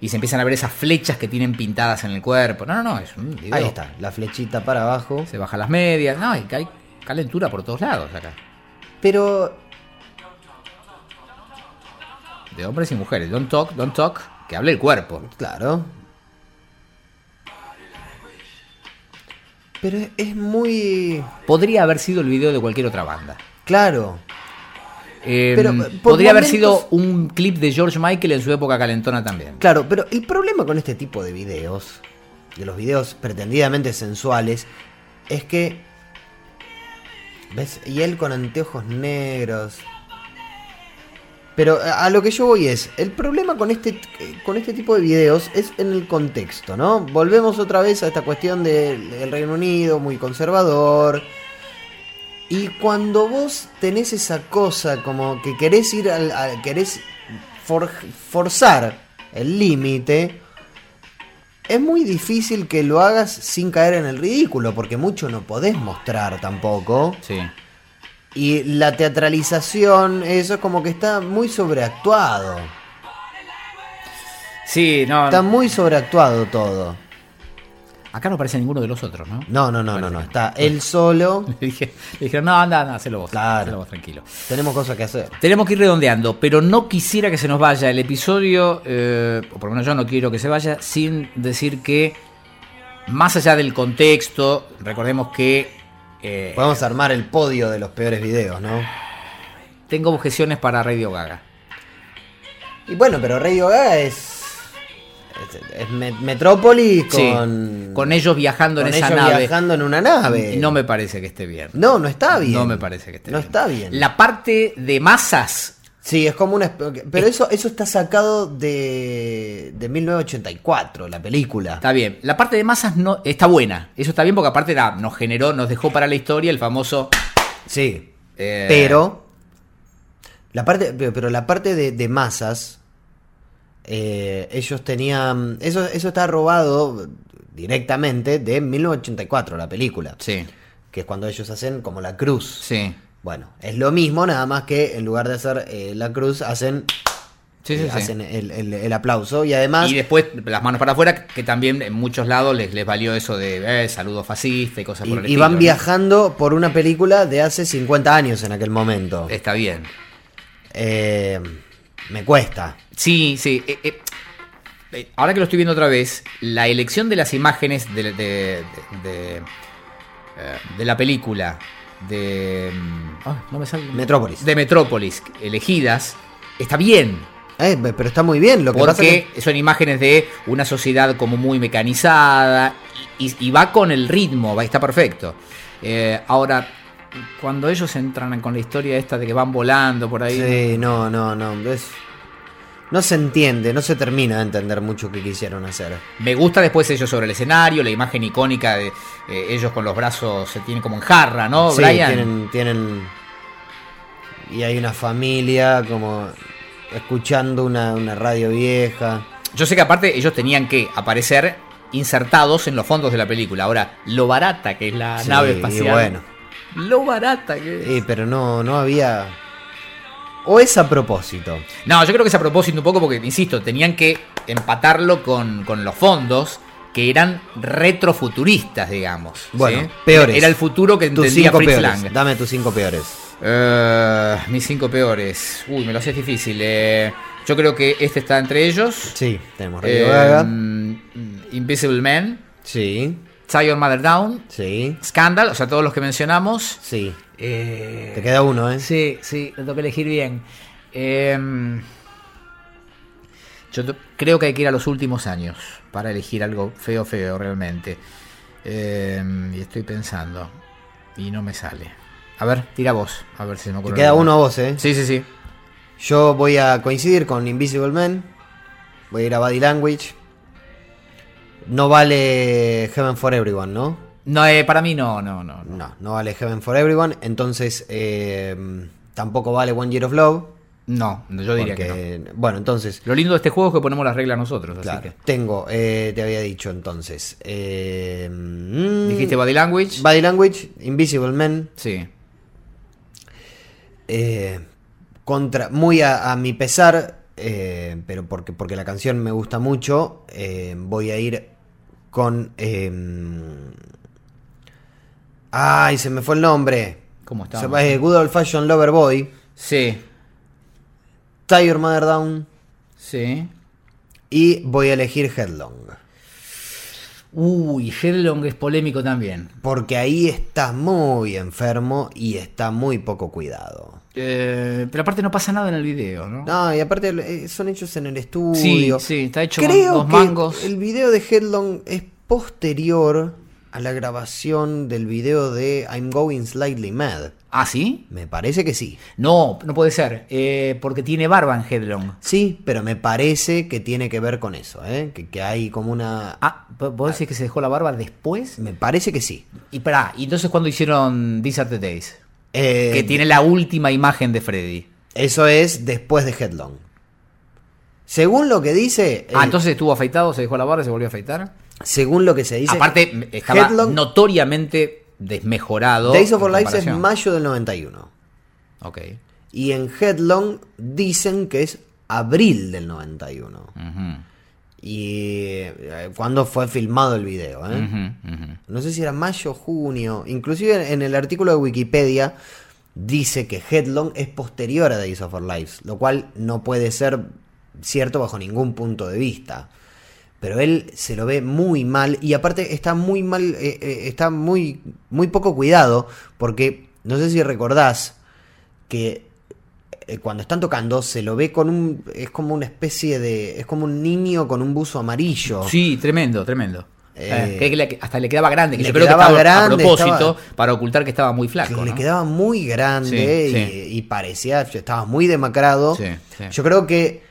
B: y se empiezan a ver esas flechas que tienen pintadas en el cuerpo. No, no, no, es un video.
C: Ahí está, la flechita para abajo.
B: Se bajan las medias, no, y hay calentura por todos lados acá.
C: Pero.
B: De hombres y mujeres. Don't talk, don't talk, que hable el cuerpo.
C: Claro. Pero es- es muy.
B: Podría haber sido el video de cualquier otra banda.
C: Claro.
B: Eh,
C: Pero, por
B: podría haber sido
C: momentos-
B: un clip de George Michael en su época calentona también.
C: Claro, pero el problema con este tipo de videos, de los videos pretendidamente sensuales, es que. ¿Ves? Y él con anteojos negros. Pero a a lo que yo voy es, el problema con este, con este tipo de videos es en el contexto, ¿no? Volvemos otra vez a esta cuestión del del Reino Unido, muy conservador, y cuando vos tenés esa cosa como que querés ir al. al- querés for- forzar el límite, es muy difícil que lo hagas sin caer en el ridículo, porque mucho no podés mostrar tampoco.
B: Sí.
C: Y la teatralización, eso es como que está muy sobreactuado.
B: Sí, no.
C: Está muy sobreactuado todo.
B: Acá no aparece ninguno de los otros, ¿no?
C: No, no, no, no, no. Está él solo.
B: Le, dije, le dijeron, no, anda, anda, hacelo vos.
C: Claro.
B: hacelo vos, tranquilo.
C: Tenemos cosas que hacer.
B: Tenemos que ir redondeando, pero no quisiera que se nos vaya el episodio, eh, o por lo menos yo no quiero que se vaya, sin decir que, más allá del contexto, recordemos que eh,
C: Podemos armar el podio de los peores videos, ¿no?
B: tengo objeciones para Radio Gaga.
C: Y bueno, pero Radio Gaga es. Es, es me- Metrópolis
B: Sí,
C: con.
B: con ellos viajando
C: con
B: en esa
C: ellos
B: nave.
C: viajando en una nave.
B: No me parece que esté bien.
C: No, no está bien.
B: No me parece que esté
C: No
B: bien.
C: está bien.
B: La parte de masas.
C: Sí, es como una. esp- Pero eso, eso está sacado de. de 1984, la película.
B: Está bien. La parte de masas no está buena. Eso está bien porque aparte era- nos generó, nos dejó para la historia el famoso.
C: Sí.
B: eh,
C: Pero. La parte, pero pero la parte de, de masas. eh, ellos tenían. Eso, eso está robado directamente de 1984, la película.
B: Sí,
C: que es cuando ellos hacen como la cruz.
B: sí.
C: Bueno, es lo mismo, nada más que en lugar de hacer eh, la cruz, hacen,
B: Sí, sí,
C: eh,
B: sí.
C: hacen el, el- el aplauso y además...
B: Y después las manos para afuera, que también en muchos lados les, les valió eso de eh, saludo fascista y cosas
C: y-
B: por el
C: y
B: estilo,
C: van
B: ¿no?
C: viajando por una película de hace 50 años en aquel momento.
B: Está bien.
C: Eh, me cuesta.
B: Sí, sí. eh, eh, eh, ahora que lo estoy viendo otra vez, la elección de las imágenes de, de- de- de, eh, de la película de. mm, ah, no me sale.
C: Metrópolis.
B: De Metrópolis, elegidas, está bien.
C: Eh, be- pero está muy bien lo que pasa.
B: Porque
C: que-
B: son imágenes de una sociedad como muy mecanizada y, y va con el ritmo, va, está perfecto. Eh, ahora, cuando ellos entran con la historia esta de que van volando por ahí,
C: Sí, no, no, no. es- no se entiende, no se termina de entender mucho qué quisieron hacer.
B: Me gusta después ellos sobre el escenario, la imagen icónica de eh, ellos con los brazos se tienen como en jarra, ¿no,
C: Sí,
B: Oh, Brian?
C: tienen, tienen. Y hay una familia como escuchando una, una radio vieja.
B: Yo sé que aparte ellos tenían que aparecer insertados en los fondos de la película. Ahora, lo barata que es la
C: Sí,
B: nave
C: y
B: espacial.
C: bueno.
B: Lo barata que es.
C: Eh, pero no, no había ¿O es a propósito?
B: No, yo creo que es a propósito un poco porque, insisto, tenían que empatarlo con, con los fondos que eran retrofuturistas, digamos. ¿sí?
C: Bueno, peores.
B: Era el futuro que
C: Tus
B: entendía
C: cinco
B: Fritz
C: peores.
B: Lang.
C: Dame tus cinco peores.
B: Eh, mis cinco peores. Uy, me lo haces difícil. eh. yo creo que este está entre ellos.
C: Sí, tenemos Radio
B: Eh,
C: Gaga.
B: mm, Invisible Man,
C: Sí,
B: Tie Your Mother Down,
C: sí,
B: Scandal, o sea, todos los que mencionamos.
C: sí.
B: Eh,
C: Te queda uno, ¿eh?
B: Sí, sí, lo tengo que elegir bien. Em, yo to- creo que hay que ir a los últimos años para elegir algo feo, feo realmente. Em, y estoy pensando. Y no me sale. A ver, tira vos. A ver si me
C: Te
B: ocurre.
C: queda
B: alguno.
C: uno a vos, ¿eh?
B: Sí, sí, sí.
C: Yo voy a coincidir con Invisible Man. Voy a ir a Body Language. No vale Heaven for Everyone, ¿no?
B: No, eh, para mí no, no, no. no.
C: No, no vale Heaven for Everyone. Entonces, eh, tampoco vale One Year of Love.
B: No, yo diría que
C: porque- Bueno, entonces,
B: no. Lo lindo de este juego es que ponemos las reglas nosotros. así
C: claro,
B: que.
C: tengo, eh, te había dicho entonces. eh, mm,
B: Dijiste Body Language.
C: Body Language, Invisible Man.
B: sí.
C: eh, contra, muy a, a mi pesar, eh, pero porque, porque la canción me gusta mucho, eh, voy a ir con... eh, ay, se me fue el nombre.
B: ¿Cómo
C: Se
B: estamos?
C: va- eh, Good Old Fashioned Lover Boy,
B: Sí,
C: Tie Your Mother Down
B: sí.
C: y voy a elegir Headlong.
B: Uy, Headlong es polémico también.
C: Porque ahí está muy enfermo y está muy poco cuidado.
B: Eh, pero aparte no pasa nada en el video, ¿no?
C: No, y aparte eh, son hechos en el
B: sí,
C: estudio.
B: sí, está hecho
C: Creo
B: con dos
C: que
B: mangos.
C: el video de Headlong es posterior a la grabación del video de I'm Going Slightly Mad.
B: ¿Ah, sí?
C: Me parece que sí.
B: No, no puede ser. eh, porque tiene barba en Headlong.
C: Sí, pero me parece que tiene que ver con eso, ¿eh? Que, que hay como una...
B: Ah, ¿vo- ¿vos decís que se dejó la barba después?
C: Me parece que sí.
B: Y pará, ¿y entonces cuando hicieron These Are the Days?
C: Eh,
B: Que tiene la última imagen de Freddy.
C: Eso es después de Headlong. Según lo que dice...
B: Ah,
C: eh,
B: entonces estuvo afeitado, se dejó la barba, se volvió a afeitar.
C: Según lo que se dice...
B: Aparte, m- estaba
C: Headlong-
B: notoriamente desmejorado.
C: Days of
B: en
C: Our Lives es
B: comparación.
C: mayo del 91.
B: Ok.
C: Y en Headlong dicen que es abril del 91.
B: Ujú,
C: Y eh, cuando fue filmado el video. ¿eh?
B: ujú, ujú.
C: No sé si era mayo, junio. Inclusive en el artículo de Wikipedia dice que Headlong es posterior a Days of Our Lives. Lo cual no puede ser cierto bajo ningún punto de vista. Pero él se lo ve muy mal y aparte está muy mal, eh, eh, está muy, muy poco cuidado porque no sé si recordás que eh, cuando están tocando se lo ve con un, es como una especie de, es como un niño con un buzo amarillo.
B: Sí, tremendo, tremendo.
C: Eh,
B: Eh, que le- hasta le quedaba grande, que
C: le
B: yo creo que
C: quedaba
B: estaba
C: grande,
B: a propósito
C: estaba-
B: para ocultar que estaba muy
C: que
B: flaco.
C: le
B: ¿no?
C: quedaba muy grande
B: Sí,
C: y, y parecía, estaba muy demacrado.
B: Sí, sí.
C: Yo creo que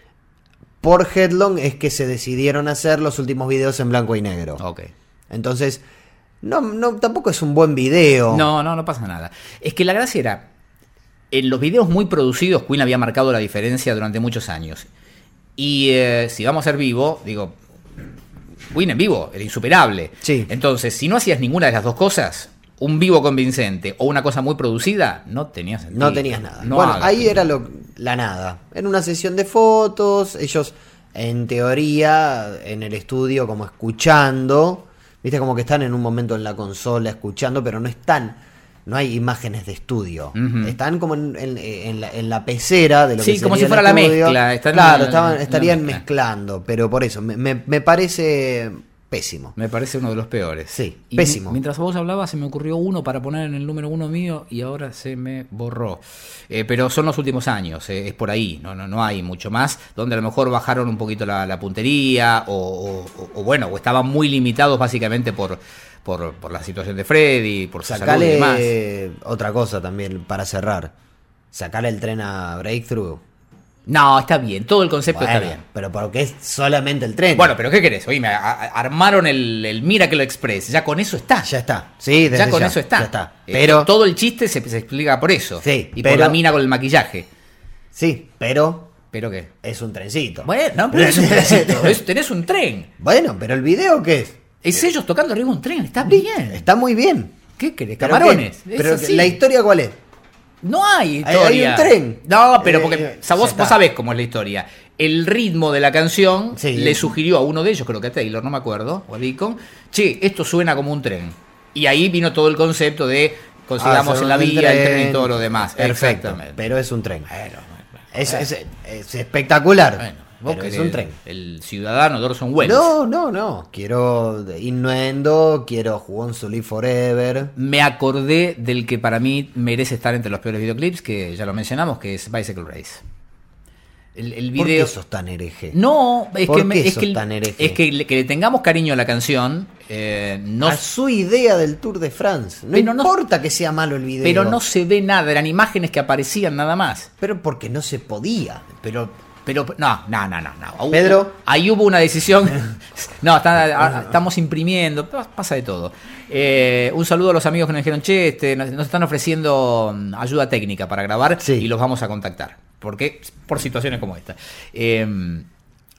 C: por Headlong es que se decidieron hacer los últimos videos en blanco y negro.
B: Ok.
C: Entonces, no, no, tampoco es un buen video.
B: No, no, no pasa nada. Es que la gracia era, en los videos muy producidos, Queen había marcado la diferencia durante muchos años. Y eh, si vamos a ser vivo, digo, Queen en vivo era insuperable.
C: Sí.
B: Entonces, si no hacías ninguna de las dos cosas, un vivo convincente o una cosa muy producida, no tenías sentido.
C: No tenías nada.
B: No
C: bueno,
B: hagas
C: ahí
B: sentido.
C: era lo, la nada. Era una sesión de fotos, ellos en teoría en el estudio como escuchando, viste como que están en un momento en la consola escuchando, pero no están, no hay imágenes de estudio.
B: Ujú.
C: Están como en, en- en la, en la pecera de lo
B: Sí,
C: que
B: como
C: sería
B: si fuera
C: el
B: la
C: estudio.
B: mezcla, están en
C: claro,
B: la-
C: estaban-
B: en la
C: estarían
B: mezcla.
C: mezclando, pero por eso me, me- me parece pésimo.
B: Me parece uno de los peores.
C: Sí,
B: Y
C: pésimo.
B: mi- Mientras vos hablabas, se me ocurrió uno para poner en el número uno mío y ahora se me borró. Eh, pero son los últimos años, eh, es por ahí, no, no, no hay mucho más, donde a lo mejor bajaron un poquito la, la puntería o, o- o- o bueno, o estaban muy limitados básicamente por, por, por la situación de Freddy, por su salud y demás.
C: Sacale otra cosa también para cerrar. Sacale el tren a Breakthrough.
B: No, está bien, todo el concepto está
C: Bueno,
B: bien.
C: Pero porque es solamente el tren.
B: Bueno, pero ¿qué querés? Oíme, a- a- armaron el, el Miracle Express, ya con eso está.
C: ya está. Sí, desde
B: ya con eso está.
C: ya está.
B: Eh,
C: Pero,
B: todo el chiste se, se explica por eso.
C: Sí,
B: y
C: pero-
B: por la mina con el maquillaje.
C: sí, pero
B: ¿Pero qué?
C: es un trencito.
B: Bueno, pero es un trencito, es- tenés un tren.
C: Bueno, pero el video qué es.
B: Es ellos tocando arriba de un tren, está bien.
C: Está muy bien.
B: ¿Qué querés?
C: Eh, Pero
B: Camarones.
C: qué-
B: es
C: Pero
B: así.
C: la historia cuál es.
B: No hay
C: Hay-
B: historia.
C: hay un tren.
B: No, pero porque
C: Eh,
B: o sea, vos,
C: ya está.
B: vos sabés cómo es la historia. El ritmo de la canción
C: Sí.
B: le sugirió a uno de ellos, creo que a Taylor, no me acuerdo, o a Deacon, che, esto suena como un tren. Y ahí vino todo el concepto de consigamos
C: Ah,
B: en la
C: suena un
B: vía el tren
C: tren.
B: y todo lo demás.
C: Perfecto.
B: Exactamente.
C: Pero es un tren.
B: Bueno,
C: Es, es- es espectacular.
B: bueno, vos
C: pero es
B: querés
C: un tren.
B: El ciudadano Dorson Welles.
C: No, no, no. Quiero Innuendo, quiero Juan Solí Forever.
B: Me acordé del que para mí merece estar entre los peores videoclips, que ya lo mencionamos, que es Bicycle Race. El, el
C: ¿Por qué
B: video.
C: sos tan hereje?
B: No, es
C: ¿Por
B: que, me-
C: qué
B: es,
C: sos
B: que, el-
C: tan hereje?
B: es que le, que le tengamos cariño a la canción, eh, no,
C: a su idea del Tour de France. No
B: Pero no-
C: importa que sea malo el video.
B: pero no se ve nada, eran imágenes que aparecían nada más.
C: Pero porque no se podía.
B: Pero, pero, no, no, no, no. no.
C: Pedro.
B: Ahí hubo una decisión. no, está- ah, estamos imprimiendo, pa- pasa de todo. Eh, un saludo a los amigos que nos dijeron, che, este, nos, nos están ofreciendo mm, ayuda técnica para grabar
C: Sí.
B: y los vamos a contactar. Porque, por situaciones como esta. Eh,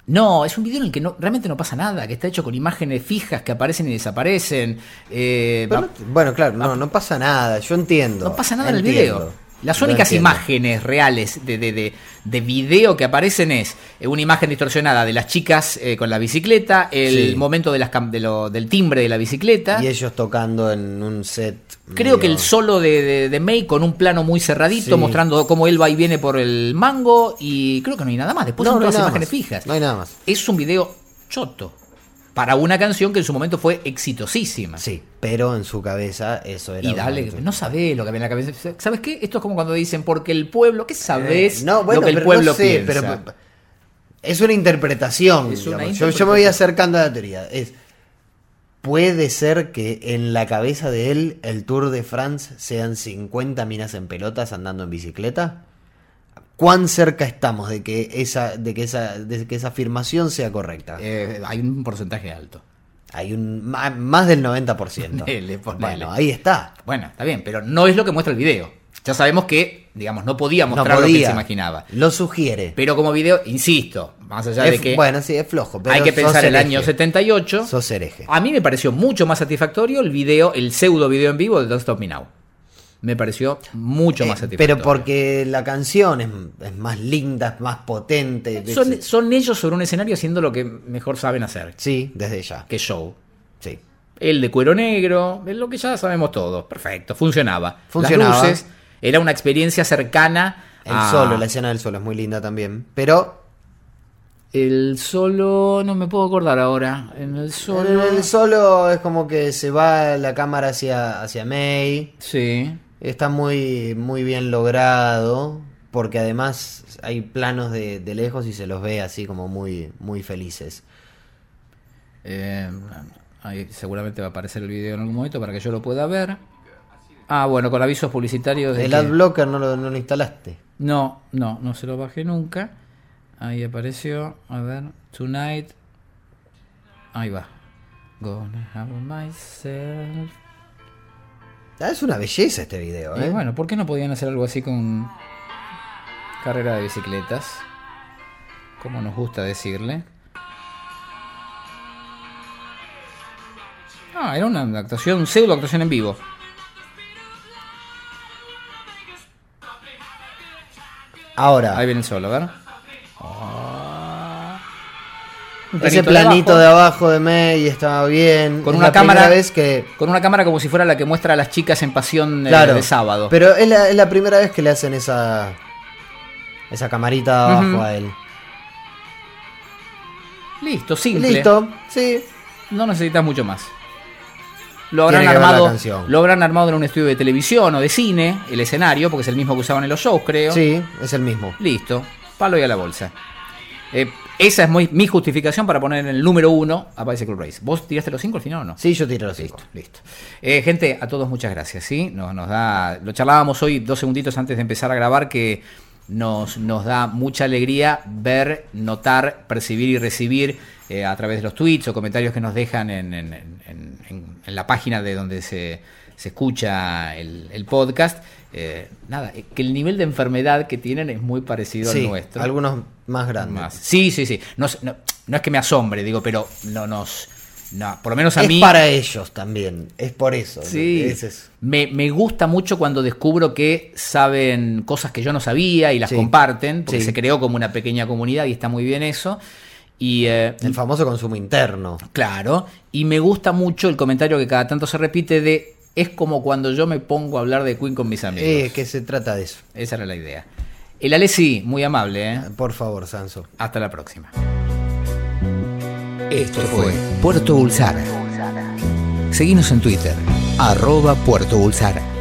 B: no, es un video en el que no, realmente no pasa nada, que está hecho con imágenes fijas que aparecen y desaparecen. Eh,
C: Pero
B: va-
C: no- bueno, claro, no, no pasa nada. Yo entiendo.
B: Ah. no pasa nada en el
C: entiendo.
B: video. Las
C: Lo
B: únicas
C: entiendo.
B: imágenes reales de, de, de- de video que aparecen es eh, una imagen distorsionada de las chicas eh, con la bicicleta, el
C: Sí.
B: momento de las cam- de lo- del timbre de la bicicleta.
C: Y ellos tocando en un set.
B: Creo que el
C: medio-
B: solo de, de, de May con un plano muy cerradito,
C: Sí.
B: mostrando cómo él va y viene por el mango. Y creo que no hay nada más. Después
C: No,
B: son
C: no hay
B: todas
C: nada
B: imágenes
C: más.
B: fijas.
C: No hay nada más.
B: Es un video choto para una canción que en su momento fue exitosísima.
C: Sí, pero en su cabeza eso era.
B: Ah. Y dale,
C: una-
B: no sabés lo que había en la cabeza. ¿Sabes qué? Esto es como cuando dicen, porque el pueblo, ¿qué sabés
C: Eh, no, bueno,
B: lo que el
C: pero
B: pueblo
C: no sé,
B: piensa?
C: pero- pero- es una interpretación.
B: Es una
C: digamos. Yo- Yo, me voy
B: interpretación.
C: acercando a la teoría. Es, puede ser que en la cabeza de él el Tour de France sean 50 minas en pelotas andando en bicicleta. ¿Cuán cerca estamos de que esa, de que esa, de que esa afirmación sea correcta?
B: Eh, hay un porcentaje alto.
C: Hay un ma- más del 90%.
B: Ponele, ponele.
C: Bueno, ahí está.
B: Bueno, está bien, pero no es lo que muestra el video. Ya sabemos que, digamos, no podía
C: No
B: mostrar lo que él
C: podía.
B: se imaginaba.
C: Lo sugiere.
B: Pero como video, insisto, más allá de
C: Es-
B: que
C: bueno, sí, es flojo. Pero
B: hay que
C: sos
B: pensar el
C: hereje.
B: año 78,
C: Sos hereje.
B: a mí me pareció mucho más satisfactorio el video, el pseudo video en vivo de Don't Stop Me Now. Me pareció mucho más
C: Eh,
B: satisfactorio.
C: pero porque la canción es, es más linda, es más potente.
B: Son,
C: ¿ves?
B: son ellos sobre un escenario haciendo lo que mejor saben hacer,
C: Sí, desde ya.
B: que show.
C: Sí.
B: El de cuero negro, es lo que ya sabemos todo. Perfecto, funcionaba.
C: Funcionaba.
B: Las luces, era una experiencia cercana
C: El
B: a-
C: solo, la escena del solo es muy linda también. Pero
B: El solo, no me puedo acordar ahora. En el solo...
C: el solo es como que se va la cámara hacia, hacia May.
B: Sí.
C: Está muy, muy bien logrado. Porque además hay planos de, de lejos y se los ve así como muy, muy felices.
B: Eh, ahí seguramente va a aparecer el video en algún momento para que yo lo pueda ver. Ah, bueno, con avisos publicitarios. de
C: El
B: que-
C: adblocker no lo, no lo instalaste.
B: No, no, no se lo bajé nunca. Ahí apareció, a ver, Tonight. Ahí va. Gonna have myself.
C: Ah, es una belleza este video,
B: Y
C: ¿eh?
B: bueno, ¿por qué no podían hacer algo así con carrera de bicicletas? Como nos gusta decirle. Ah, era una actuación, pseudo actuación en vivo.
C: Ahora, Ah.
B: Ahí viene el solo, a ver. Un
C: Ese
B: de
C: planito
B: abajo.
C: de abajo de May estaba bien.
B: Con
C: Es
B: una
C: la
B: cámara-
C: primera vez que.
B: Con una cámara como si fuera la que muestra a las chicas en pasión eh,
C: Claro.
B: de sábado.
C: Pero es la, es la primera vez que le hacen esa. Esa camarita de abajo
B: Ujú.
C: a él.
B: Listo,
C: Y
B: simple.
C: Listo, sí.
B: No necesitas mucho más. Lo habrán,
C: Tiene que ver la
B: armado,
C: canción.
B: lo habrán armado en un estudio de televisión o de cine, el escenario, porque es el mismo que usaban en los shows, creo.
C: Sí, es el mismo.
B: Listo, palo y a la bolsa. Eh, esa es muy- mi justificación para poner en el número uno a Bicycle Race. ¿Vos tiraste los cinco al final o no?
C: Sí, yo tiro los cinco.
B: Listo, listo. Eh, gente, a todos muchas gracias, ¿sí? Nos, nos da, lo charlábamos hoy dos segunditos antes de empezar a grabar que nos, nos da mucha alegría ver, notar, percibir y recibir eh, a través de los tweets o comentarios que nos dejan en, en- en- en- en la página de donde se, se escucha el, el podcast. Eh, nada, eh, que el nivel de enfermedad que tienen es muy parecido
C: Sí,
B: al nuestro.
C: algunos más grandes.
B: Más. Sí, sí, sí. No, es- no- no es que me asombre, digo, pero no nos No, por lo menos a
C: es
B: mí.
C: para ellos también, es por eso.
B: Sí.
C: Es eso.
B: Me, me gusta mucho cuando descubro que saben cosas que yo no sabía y las
C: Sí.
B: comparten, porque
C: Sí.
B: se creó como una pequeña comunidad y está muy bien eso. Y eh,
C: El famoso consumo interno.
B: claro, y me gusta mucho el comentario que cada tanto se repite de es como cuando yo me pongo a hablar de Queen con mis amigos.
C: Eh, que se trata de eso.
B: Esa era la idea. El Alessi, muy amable, ¿eh?
C: Por favor, Sanso.
B: Hasta la próxima.
A: Esto fue Puerto Bulsara. Seguimos en Twitter, arroba Puerto Bulsara.